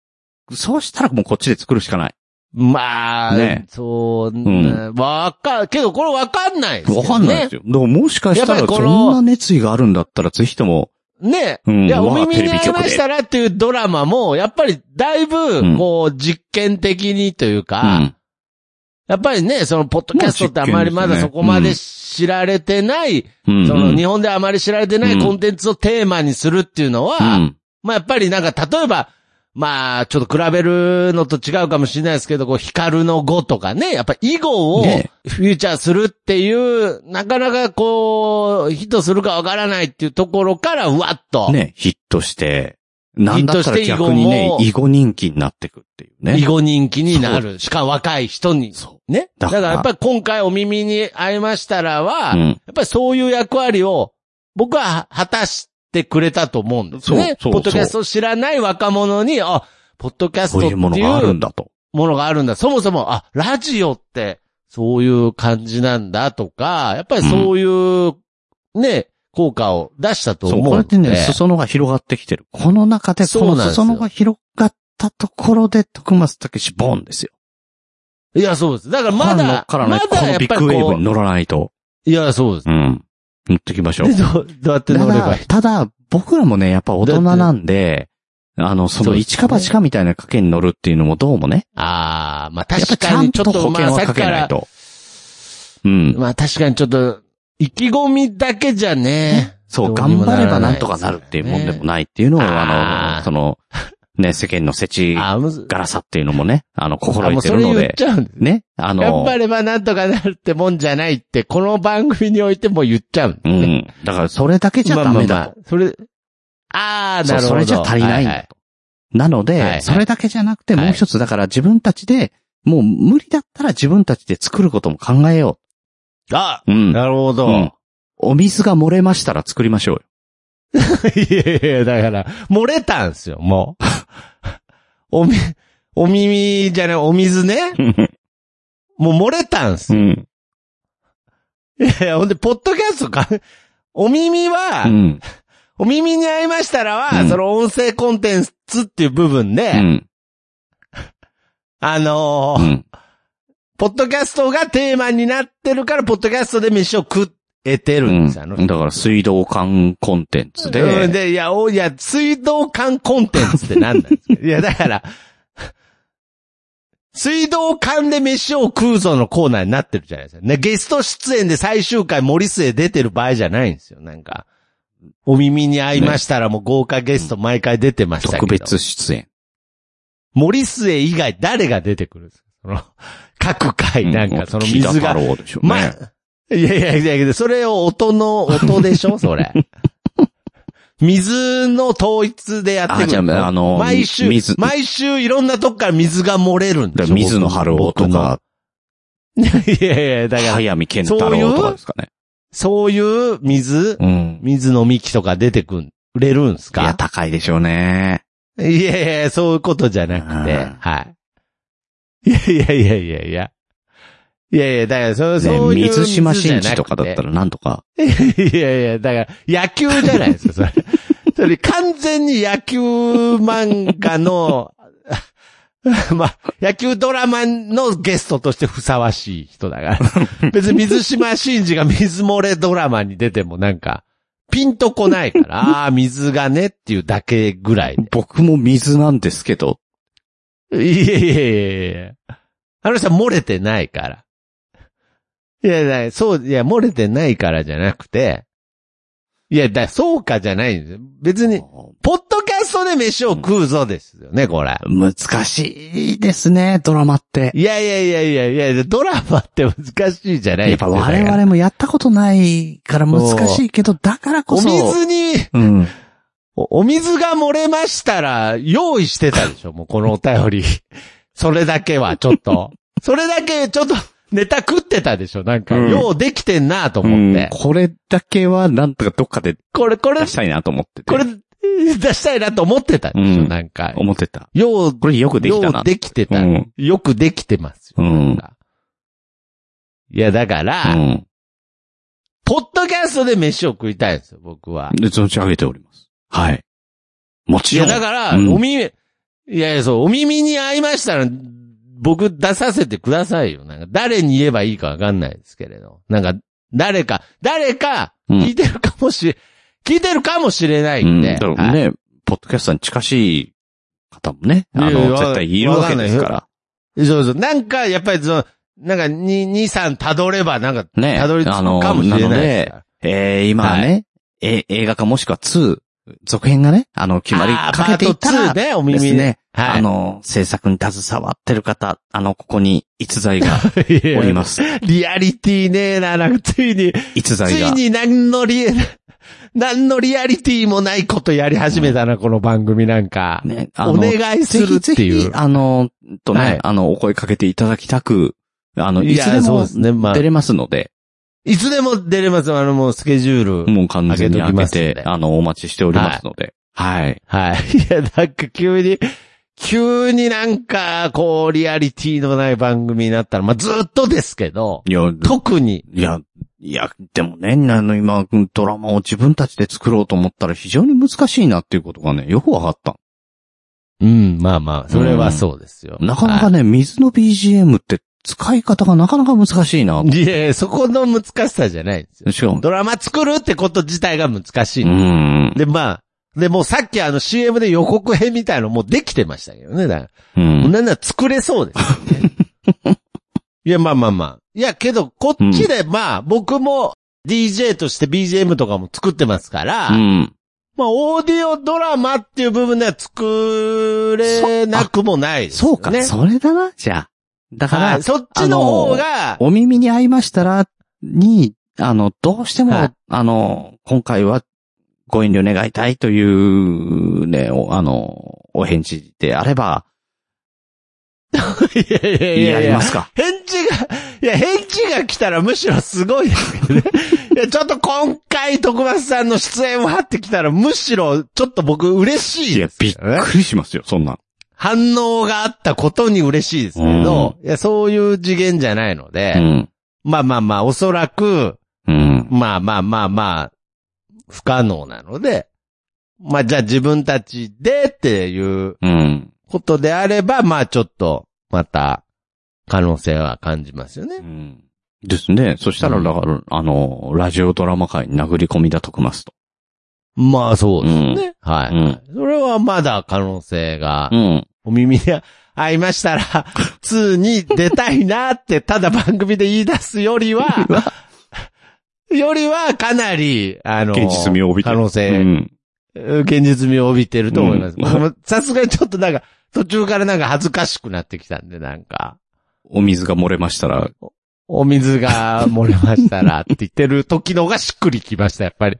う、そうしたらもうこっちで作るしかない。
まあ、
ね
そう、
ん
わか、けどこれわかんないですよ
わ
ね。
かんないですよ。でももしかしたら、
やっぱり
そ
この
んな熱意があるんだったら、ぜひとも、
ね。
うん
いや、
わ
お
あ
耳
テレ
に
ビ
合い
局
ま
で
したらっていうドラマも、やっぱりだいぶ
ん、
こう、実験的にという
う
か、
ん。
やっぱりね、その、ポッドキャストってあまりまだそこまで知られてない、
うん
その、日本であまり知られてな
う
い
ん
コンテンツをテーマにするっていうのは、
うん。
まあやっぱりなんか、例えば、まあ、ちょっと比べるのと違うかもしれないですけど、こう、光の語とかね、やっぱ囲碁をフ
ね
ューチャーするっていう、なかなかこう、ヒットするかわからないっていうところから、うわっと、
ね、ヒットして、なんだったら
ヒットし
逆
て
に
囲
ね
碁も、
囲碁人気になってくっていうね。
囲碁人気になる。しかも若い人に。
そ
ね。
だ
だ
か
かららやっぱり今回お耳に会いましたらは、
う
や
ん。
っぱりそういう役割を、僕は果たしてくれたと思うんですね。
そうそう
ポッドキャストを知らない若者に、あ、ポッドキャスト
そう
って
い
いうう
ものがあるんだと。
ものがあるんだ。そもそも、あ、ラジオって、そういう感じなんだとか、やっぱりそういう、ね、効果を出したと
そ
思う
う、
んで。
こうやってね、裾野が広がってきてる。この中で、こ
そう
の
なんですよ
裾野が広がったところで、徳松武史ボンですよ。
いや、そうです。だからま
ファン
だ
の、から
ま
ね、こ
だや
の
っ
ビ
ぱ
ッ
り
グウェー
こ
ブに乗らないと。
う、いや、そうです。
うん。乗ってきましょう
で。どうどうやって
た
乗ればい
だ
い、
ただ、僕らもね、やっぱ大人なんで、あの、そ
そう
の、
で
一
すね
か八かみたいな賭けに乗るっていうのもどうもね。
ああ、まあ
やっぱ
確
ちゃ
か
ん
にちょ
と
っと、
保
ま
険
あ
は
さっ
か
き
け
か
ない
ら、
と。うん。
まあ確かにちょっと、意気込みだけじゃね。
そう、
どう
頑
にも
張
ら
ればなんとかなるっていうもんでもないっていうのを、
ね
あの、
あー
その、ね、世間の世知
あーむず
辛さっていうのもね、あの、心
あも
得
う
て
そ
るの
れ言っ
で、
ちゃうんです。
ね、あの、
頑張ればなんとかなるってもんじゃないって、この番組においても言っちゃうんです
う
ね。
ん。だから、それだけじゃダメだと。
あ、それ、ああ、
そ
な
う
る
そ
ほど。
れじゃ足りないん
は
だと。なの
はいは
で、
い
それだけじゃなくて、
はい
もう一つ、だから自分たちで、もう無理だったら自分たちで作ることも考えよ
あ
う。うん。
なるほど。
う
い
んお水が漏れましたら作りましょうよ。
やいやいや、だから、漏れたんすよ、もう。 おみ、お耳じゃない、お水ね。 もう漏れたんす
う
よ。
ん。
いやいや、ほんで、ポッドキャストか、お耳は、
うん。
お耳に合いましたらは、
うん
その音声コンテンツっていう部分で、
うん。
あのー
うん。
ポッドキャストがテーマになってるから、ポッドキャストで飯を食えてるんですよ、あの
だから、水道管コンテンツ
うん
で、
で、いや、お、いや、水道管コンテンツってなんだいや、だから、 水道管で飯を食うぞのコーナーになってるじゃないですか。ね、ゲスト出演で最終回森末出てる場合じゃないんですよ、なんか。お耳に合いましたらもう豪華ゲスト毎回出てましたけど。
特別出演。
森末以外誰が出てくるんですかその、各回なんかその
木田
水が
太郎でしょうね。
まあ、いやいやいやいや、それを音の、音で しょそれ。水の統一でやってくる
あじゃああの
毎週、
水
毎週いろんなとこから水が漏れるん
だか
でし
ら
ょ
水野晴夫と。か、
僕の いやいや、だから、
早見健太郎とかですかね。
そういう水、
うん。
水の幹とか出てくん、売れるんす
いや、
か
高いでしょうね。
いやいやいや、そういうことじゃなくて、
うん
はい。いやいやいやいやいや。いやいや、だから、そう、
ね
そういう
水島新
じゃ
司
なくて
とかだったらなんとか。
いやいや、だから、野球じゃないですか、それ。それ完全に野球漫画の、 まあ、野球ドラマのゲストとしてふさわしい人だから。別に水島真司が水漏れドラマに出てもなんか、ピンとこないから、ああー、水がねっていうだけぐらいで。
僕も水なんですけど。
いやいやいやいやいやあの人は漏れてないから。いや、だそう、いや、漏れてないからじゃなくて、いや、だ、そうかじゃないんですよ。別に、ポッドキャストで飯を食うぞですよね、これ。
難しいですね、ドラマって。
いやいやいやいやいやいや、ドラマって難しいじゃない
やっ
です
ぱ
よ
我々もやったことないから難しいけど、だからこ
お
そ。
水に、
うん。
おお水が漏れましたら、用意してたでしょ、もうこのお便り。それだけは、ちょっ と。それだけ、ちょっと、ネタ食ってたでしょ、なんか、
うん
用できてんなと思って。
これだけはなんとかどっかで
これ、これ
出、したいなと思ってて。
これ、出したいなと思ってたでしょ、
うん
なんか。
思ってた。
用、
これよくできた
用
な。
できて
う
た。
ん。
よくできてますよ。
うん
なんかいや、だか
う
ら、
ん。
ポッドキャストで飯を食いたいんですよ、僕は。
で、存じ上げております。はい。も
い
ちろ
や、
ん。
だから、
うん
お耳、いやいや、そう、お耳に合いましたら、僕出させてくださいよ。なんか、誰に言えばいいかわかんないですけれど。なんか、誰か、誰か、
うん
聞いてるかもしれ、聞いてるかもしれない
うんん。
で。
だから
はい
ね、ポッドキャストに近しい方もね、あ
いやい
の、
や
絶対いるわけですから。
そうそう。なんか、やっぱりその、なんか、に、二三辿れば、なんか、
ね。
辿り着
あ
く
の
かもしれ
の
ないです
で
から。
えー、今ね、え、映画化もしくは2、続編がね、あの、決まり
あー
かけていた
パー
ら、
ト2
で
ね、お
す
耳ね。
ね。
はい。
あの、制作に携わってる方、あの、ここに逸材がおります。
リアリティねえな、なんかついに、
逸
つ
材
い
が。
に何のリ、 何のリアリティもないことやり始めたな、この番組なんか。
ね、あの、
お願いするっ
ぜ
て
ひ
い
ぜ
う
ひ。あの、とね、
はい
あの、お声かけていただきたく、あの、いつで
やそう
も
ですね、まあ
出。れますので、
いつでも出れます、あの、もうスケジュール。
もう完全に
あげ
開
ときま
け
すんで
て、あの、お待ちしておりますので。はい。
はい。いや、なんか急に、急になんか、こう、リアリティのない番組になったら、まあ、ずっとですけど、
いや、
特に、
いや、いや、でもね、あの、今、ドラマを自分たちで作ろうと思ったら非常に難しいなっていうことがね、よくわかった。
うん、まあまあ、それはそうですよ。
なかなかね、
ね、
水の BGM って使い方がなかなか難しいな。
いやいやそこの難しさじゃないんですよ。
しかも、
ドラマ作るってこと自体が難しい。
うん。
で、まあ、で、もうさっきあの CM で予告編みたいのもうできてましたけどね、だから。
うん。
なんなら作れそうですよね。 いや、まあまあまあ。いや、けど、こっちで、まあ、僕も DJ として BGM とかも作ってますから、
うん。
まあ、オーディオドラマっていう部分では作れなくもないですよ
そうか、
ね。
それだな、じゃあ。だから、
はいそっちの方が、
お耳に合いましたら、に、あの、どうしても、
はい
あの、今回はご遠慮願いたいという、ね、おあの、お返事であれば、
いやいやい
や
やい
りま
や、
すか。
返事が、いや、返事が来たらむしろすごいですけどね。いや、ちょっと今回徳松さんの出演を張ってきたらむしろちょっと僕嬉しい
いや
で、す
び
よ
っ
ね。
くりしますよ、そんな。
反応があったことに嬉しいですけど、いやそういう次元じゃないの
う
で、
ん。
まあまあまあ、おそらく、
うん。
まあまあまあまあ、不可能なので、まあじゃあ自分たちでっていう
うん。
ことであれば、まあちょっと、また、可能性は感じますよね。
ですね。そしたら、
うん
だから、あの、ラジオドラマ界に殴り込みだとくますと。
まあそうですね。はい、
うん
それはまだ可能性が
う、ん。
お耳に合いましたら、2に出たいなって、ただ番組で言い出すよ りは、よりはかなり、あの、
現実味を帯びて
可
る
能
う
性、
ん。
現実味を帯びてると思います。
うん
僕もさすがにちょっとなんか、途中からなんか恥ずかしくなってきたんで、なんか、
お水が漏れましたら、
お水が漏れましたらって言ってる時の方がしっくりきました、やっぱり。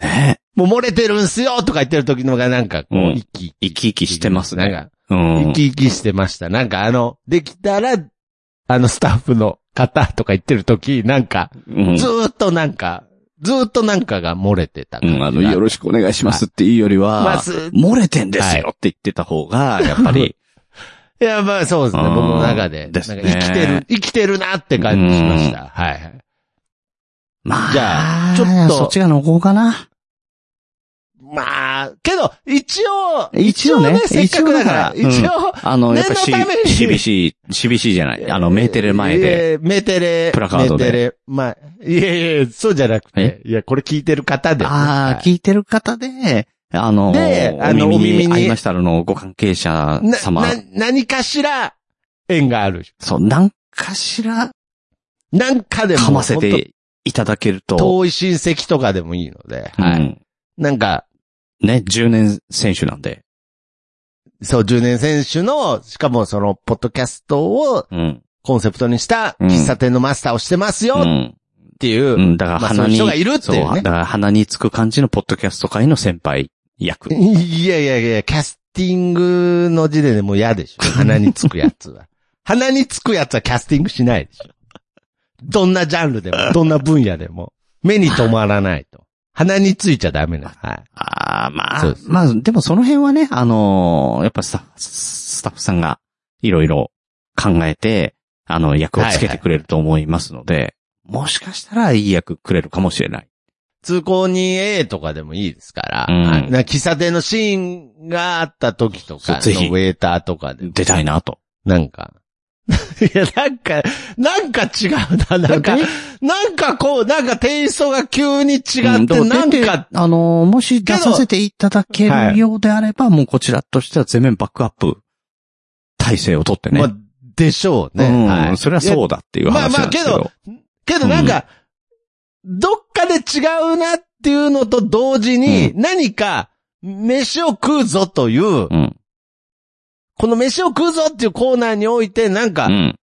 ね
もう漏れてるんすよとか言ってる時の方がなんか、こう
うん、
生き、
生き生きしてます
なん
ね。
か、
うん
生き。生きしてました。なんかあの、できたら、あのスタッフの方とか言ってる時、なんか、
うん
ずーっとなんか、ずーっとなんかが漏れてた
う
感じ
ん、
が。
あの、よろしくお願いしますっていうよりは、
まあす
漏れてんですよって言ってた方が、やっぱ り、
いや、まあそうですね。
うん
僕の中で。
ですね
なんか生きてる、生きてるなって感じしました。はいはい。
まあ、
じゃあちょっと
そっちがのこうかな。
まあ、けど、一応、
一応ね
せっかくだから、
一応
一
だ
応、
あの、やっぱし
念のため、に
しびしい、しびしいじゃない。あの、メーテレ前で。
えー。メーテレ。
プラカードで
メーテレ。まあ、いやいやいやそうじゃなくて。いや、これ聞いてる方で。
ああ、
い
聞いてる方で、あの、
であの
お
お
耳
耳に
に合いましたらのご関係者
な、
様、
な、何かしら、縁がある。
そう、なんかしら、
なんかでも。
かませ
本
ていただける
当
と、
遠い親戚とかでもいいので。
う
はい。
ん
なんか、
ね、10年選手なんで。
そう、10年選手の、しかもその、ポッドキャストを
うん。
コンセプトにした、
うん
喫茶店のマスターをしてます
う
よ
ん。
っていう、
うん、だから
まあそ
鼻
ういう
に、
人がいるっていう
そう、だ
ね。
から鼻につく感じのポッドキャスト界の先輩役。
いやいやいや、キャスティングの時点でもう嫌でし ょ。鼻につくやつは。鼻につくやつはキャスティングしないでしょ。どんなジャンルで も、どんな分野でも、目に留まらないと。鼻についちゃダメな。 はい。
ああ、ま
そう
あ
で、す
まあ、でもその辺はね、あのーやっぱスタッフ、スタッフさんがいろいろ考えて、あの、役をつけてくれると思いますので、もしかしたらいい役くれるかもしれない。
通行人 A とかでもいいですから、
うん
はいなんか喫茶店のシーンがあった時とか、
そうぜひ
ウェーターとかでも、
出たいなと。
なんか、 いや、なんか、なんか違うな、なんか、なんかこう、なんかテイストが急に
うん
違って、
でも
なん
出て
か、
あのーもし出
け
さ
ど
せていただけ
は
る
い
ようであれば、もうこちらとしては全面バックアップ体制をとってね。
まあ、でしょう
う
ね。
ん、
はい。
それはそうだっていう話なんですけど。
まあまあけどなんか、どっかで違うなっていうのと同時に、何か、飯を食うぞという、
うん。
この飯を食うぞっていうコーナーにおいて、なんか
う、ん。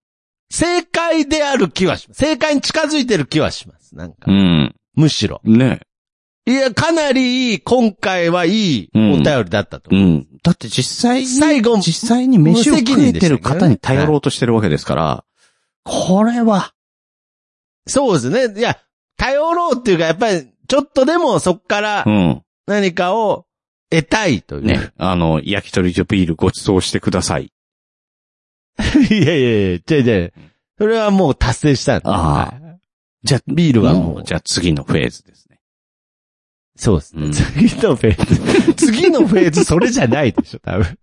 正解である気はします。正解に近づいてる気はします。なん
う、
か
ん。
むしろ。
ね
いや、かなりいい、今回はいいお便りだったと
う
思う。
ん。だって実際に、
最後
実際に飯を
無責
食え
任でし
て
たけど
る
ね
方に頼ろうとしてるわけですから、これは、
そうですね。いや、頼ろうっていうか、やっぱり、ちょっとでもそっから
うん。
何かを得たいという。
ね、あの、焼き鳥とビールご馳走してください。
いやいやいや、じゃじゃそれはもう達成したんです。
あ
はい
じゃあ、ビー
ルはもう
じゃあ次のフェーズですね。
そうです
うん
ね。次のフ ェーズ。次のフェーズ、それじゃないでしょ、多分。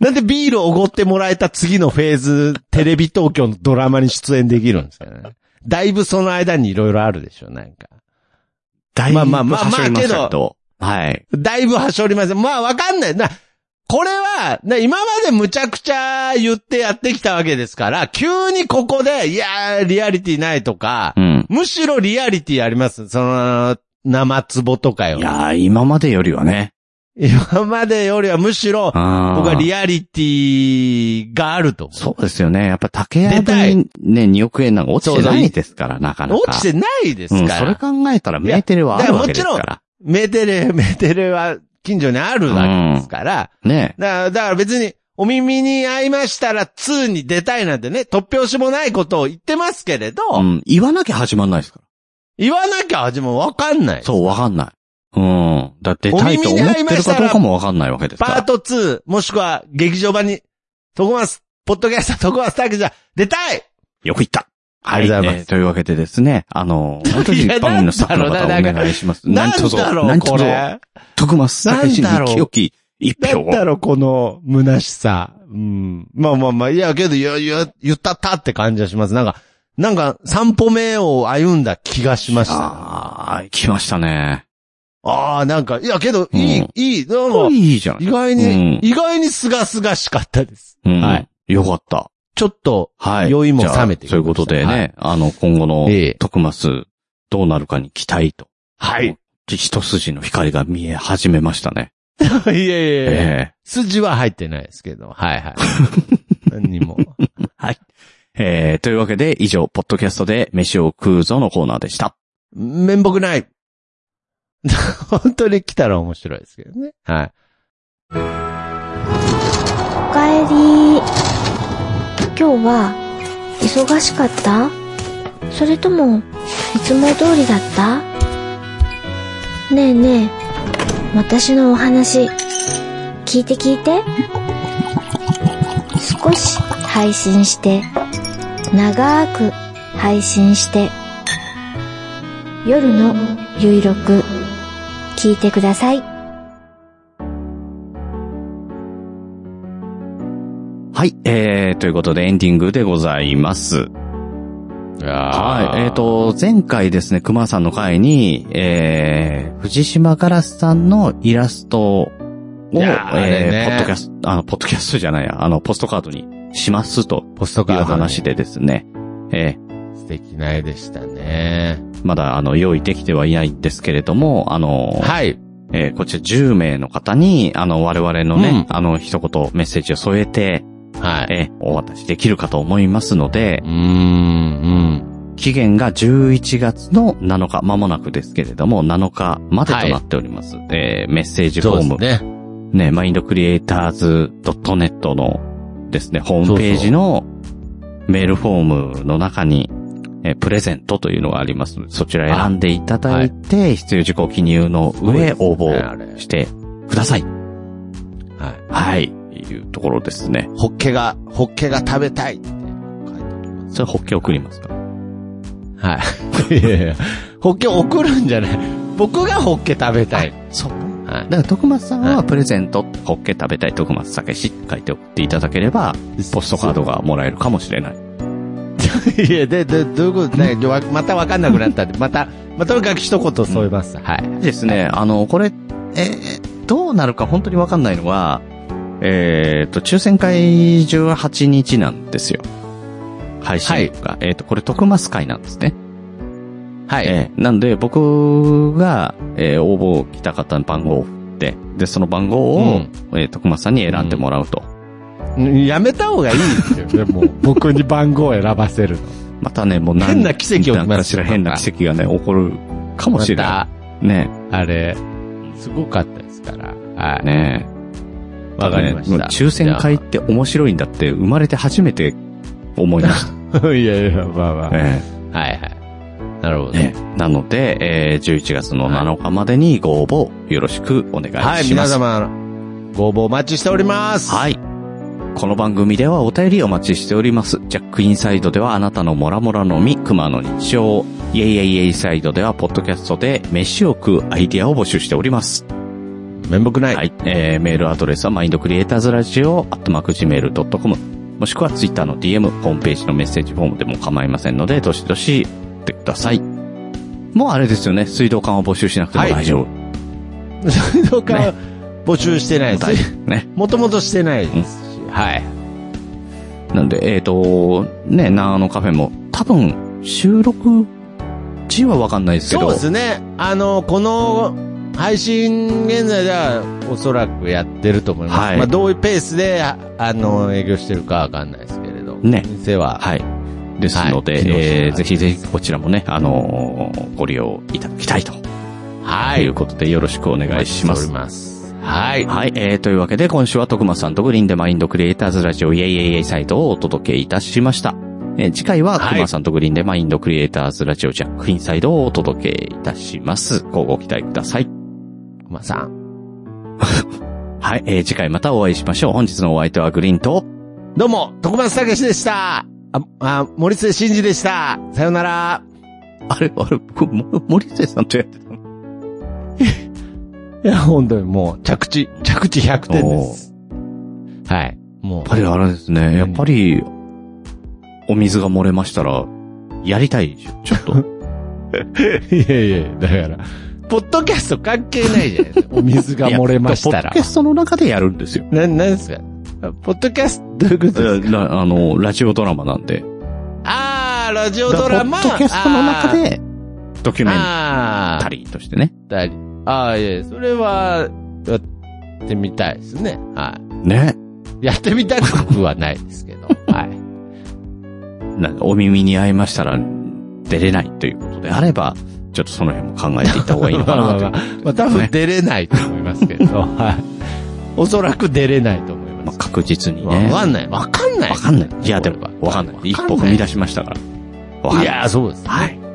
なんでビールをおごってもらえた次のフェーズ、テレビ東京のドラマに出演できるんですよね。だいぶその間にいろいろあるでしょ、なんか。
だいぶ
まあまあまあまあ
端折りましたけど。はい。
だいぶはしょりません。まあわかんない。な、これは、な、今までむちゃくちゃ言ってやってきたわけですから、急にここで、いやー、リアリティないとか、
うん。
むしろリアリティあります。その、生壺とかよ
い
り。
やー、今までよりはね。
今までよりはむしろ、
あ
僕は
ア
リアリティがあると思
そうですよね。やっぱ竹屋
出たい
にね、2億円なんか落ちて
そう
な
そう
い
い
ですから、なかな
う。
か。
落ちてないです
うん、
か
そ
ら。
れ考えたらメーテレはあるわけです
いやだ
か
メテレ、メテレは近所にあるわけですから。
ら。ね
だからだから別に、お耳に合いましたら2に出たいなんてね、突拍子もないことを言ってますけれど、
うん。言わなきゃ始まんないですか
言わなきゃ味もわかんない
ら。。そう、わかんない。うん。だって、タイと思ってるかどうかもわかんないわけです
パ
から。
ート2、もしくは劇場版に、トコマス、ポッドキャスト、トコマスタークじゃ出たい
よく言った。は
あ
い、
りがとうございます
えーというわけでですね、あの、本当に一般民のスタッフの方
いやなんだろうな
お願いします。
なん
とぞ
だろ
な
う、
んと
こ
ぞ、
れ。
徳松武史に清き一
な
票
ん
を。
だろう、この虚しさ。うん。まあまあまあ、いや、けど、いや、いや、言ったったって感じはします。なんか、なんか、散歩目を歩んだ気がしました。
ああ、来ましたね。
ああ、なんか、いや、けど、
うん
いい、いい、なんか、
いいじゃない
意。外
うん
に、意外にすがすがしかったです。
うん
はい。
よかった。
ちょっ と、
はい。
酔いも
じゃあ
冷めてきました
そういうことでね、
は
あの、今後の
ええ
徳松、どうなるかに期待と。。
はい
一筋の光が見え始めましたね。
いやいやいや、
え
筋は入ってないですけど、はい はい。何にも。
えはい。えーというわけで、以上、ポッドキャストで飯を食うぞのコーナーでした。
面目ない。 本当に来たら面白いですけどね。はい。
おかえり今日は忙しかったそれともいつも通りだったねえねえ私のお話聞いて聞いて少し配信して長く配信して夜のゆいろく聞いてください
はい、えー、ということでエンディングでございます。はい、えっ、と、前回ですね、熊さんの回に、えー、藤島ガラスさんのイラストを、
いやーあ
え
れ
ー
ね
ポッドキャスト、あの、ポッドキャストじゃないや、あの、ポストカードにしますと
ポスト
い
カード
う
に
話でですね、え
素敵な絵でしたね。
ーまだ、あの、用意できてはいないんですけれども、あの、
はい。
えーこちら10名の方に、あの、我々のね、
う
あの、一言メッセージを添えて、
はい。
えーお渡しできるかと思いますので
うー、ん、
期限が11月の7日、間もなくですけれども、7日までとなっております。えーメッセー
う
ジ
ん。
フ
そう
ォ
で
ー
す
ム、ね
ね。
マインドクリエイターズ .net のですね、ホームページのメールフォームの中に、えープレゼントというのがありますので、そちら選んでいただいて、必要事項記入の上、応
あ
募
れ
してください。
はい。
はい。いうところですね。
ホッケが、ホッケが食べたいって書いております。
それ、ホッケ送りますか
はい。 いやいやホッケ送るんじゃない。僕がホッケ食べたい。
そう。
はい
だから、徳松さん
は
はいプレゼント、ホッケ食べたい徳松酒しって書いて送っていただければ、ポストカードがもらえるかもしれない。
いや、で、で、どういうことね、わまたわかんなくなったんで、また、まあとにかく一言添えます。はい。
ですね、あの、これ、えーどうなるか本当にわかんないのは、えーっと、抽選会18日なんですよ。配信が、えっ、と、これ徳マス会なんですね。
はい。
ええなんで、僕が、えー応募来た方の番号を振って、で、その番号を、
うん
えー徳松さんに選んでもらうと。
やめた方がいいですよね、 もう。僕に番号選ばせるの。
またね、もう何
変な奇跡起きます
何かしら変な奇跡がね、起こるかも
ま
しれな
た、
い。ね
あれ、すごかったですから。は
え。
い。
ねえ。
わかりまし
ね
た。
抽選会って面白いんだって、生まれて初めて思いまし
いやいや、まあ まあ。
た
はい
ね。
はい。なるほど。
ねなので、えー11月の7日までにご応募よろしくお願いします。
はい、皆様、ご応募お待ちしております。
はい。この番組ではお便りお待ちしております。ジャックインサイドではあなたのモラモラのみ、熊の日常。イェイイェイイェイサイドではポッドキャストで飯を食うアイディアを募集しております。
面目ない。
はい。えー、メールアドレスは mindcreatorsradio.gmail.com もしくはツイッターの DM、ホームページのメッセージフォームでも構いませんので、どしどし送ってください。もうあれですよね、水道管を募集しなくても大丈夫。
水道管募集してない
大
で
丈
す。
夫ね。
もともとしてないですし。はい。
なんで、えっ、と、ね、長野カフェも、多分、収録時はわかんないですけ
そう
ど、
ですね。あの、この配信現在ではおそらくやってると思います。
はい
まあ、どういうペースで、ああの、営業してるかわかんないですけれど。
ね
店は。
はい。ですので、
はい機能して
え
る
ーぜひぜひこちらもね、あのーご利用いただきたいと、、
はい
うことでよろしくお願いしま
お
す
り。ます。はい。
はい、えー、というわけで今週は徳松さんとグリーンでマインドクリエイターズラジオイエイイエイイエイサイトをお届けいたしました。えー次回は
はい
徳松さんとグリーンでマインドクリエイターズラジオジャックインサイドをお届けいたします。ごご期待ください。
熊さん。
はい、えー次回またお会いしましょう。本日のお相手はグリーンと、
どうも、徳松武史でした。あ、あ、森末慎二でした。さよなら。
あれ、あれ、僕、も森末さんとやってたの
いや、本当にもう、着地、着地100
点です。
はい。も
やっぱりあれですね。やっぱり、お水が漏れましたら、やりたいでしょ、ちょっ と。
う、 いやいやだから、ポッドキャスト関係ないじゃないですか。 お水が漏れました
いやポッ
ら
ドキャ。ストの中でやるんですよ。
な、なんですかポッドキャスト、どういうことですか
らあの、ラジオドラマなんで。
あー、ラジオドラマ。
ポッドキャストの中で、ドキュメン
あー、
タリーとしてね。
あーあー、いやいや、それは、やってみたいですね。はい。
ね。
やってみたくはないですけど。はい。
なんか、お耳に合いましたら、出れないということであれば、ちょっとその辺も考えていった方がいいのかなということですね
まあ多分出れないと思いますけど、はい。おそらく出れないと思いま
まあ
す。
確実に
わ
ね。
かんない。わかんない。
わかんない。いや、でも、わかんない。一歩踏み出
し。
しましたから。わかんない
いや、そうです。
はい。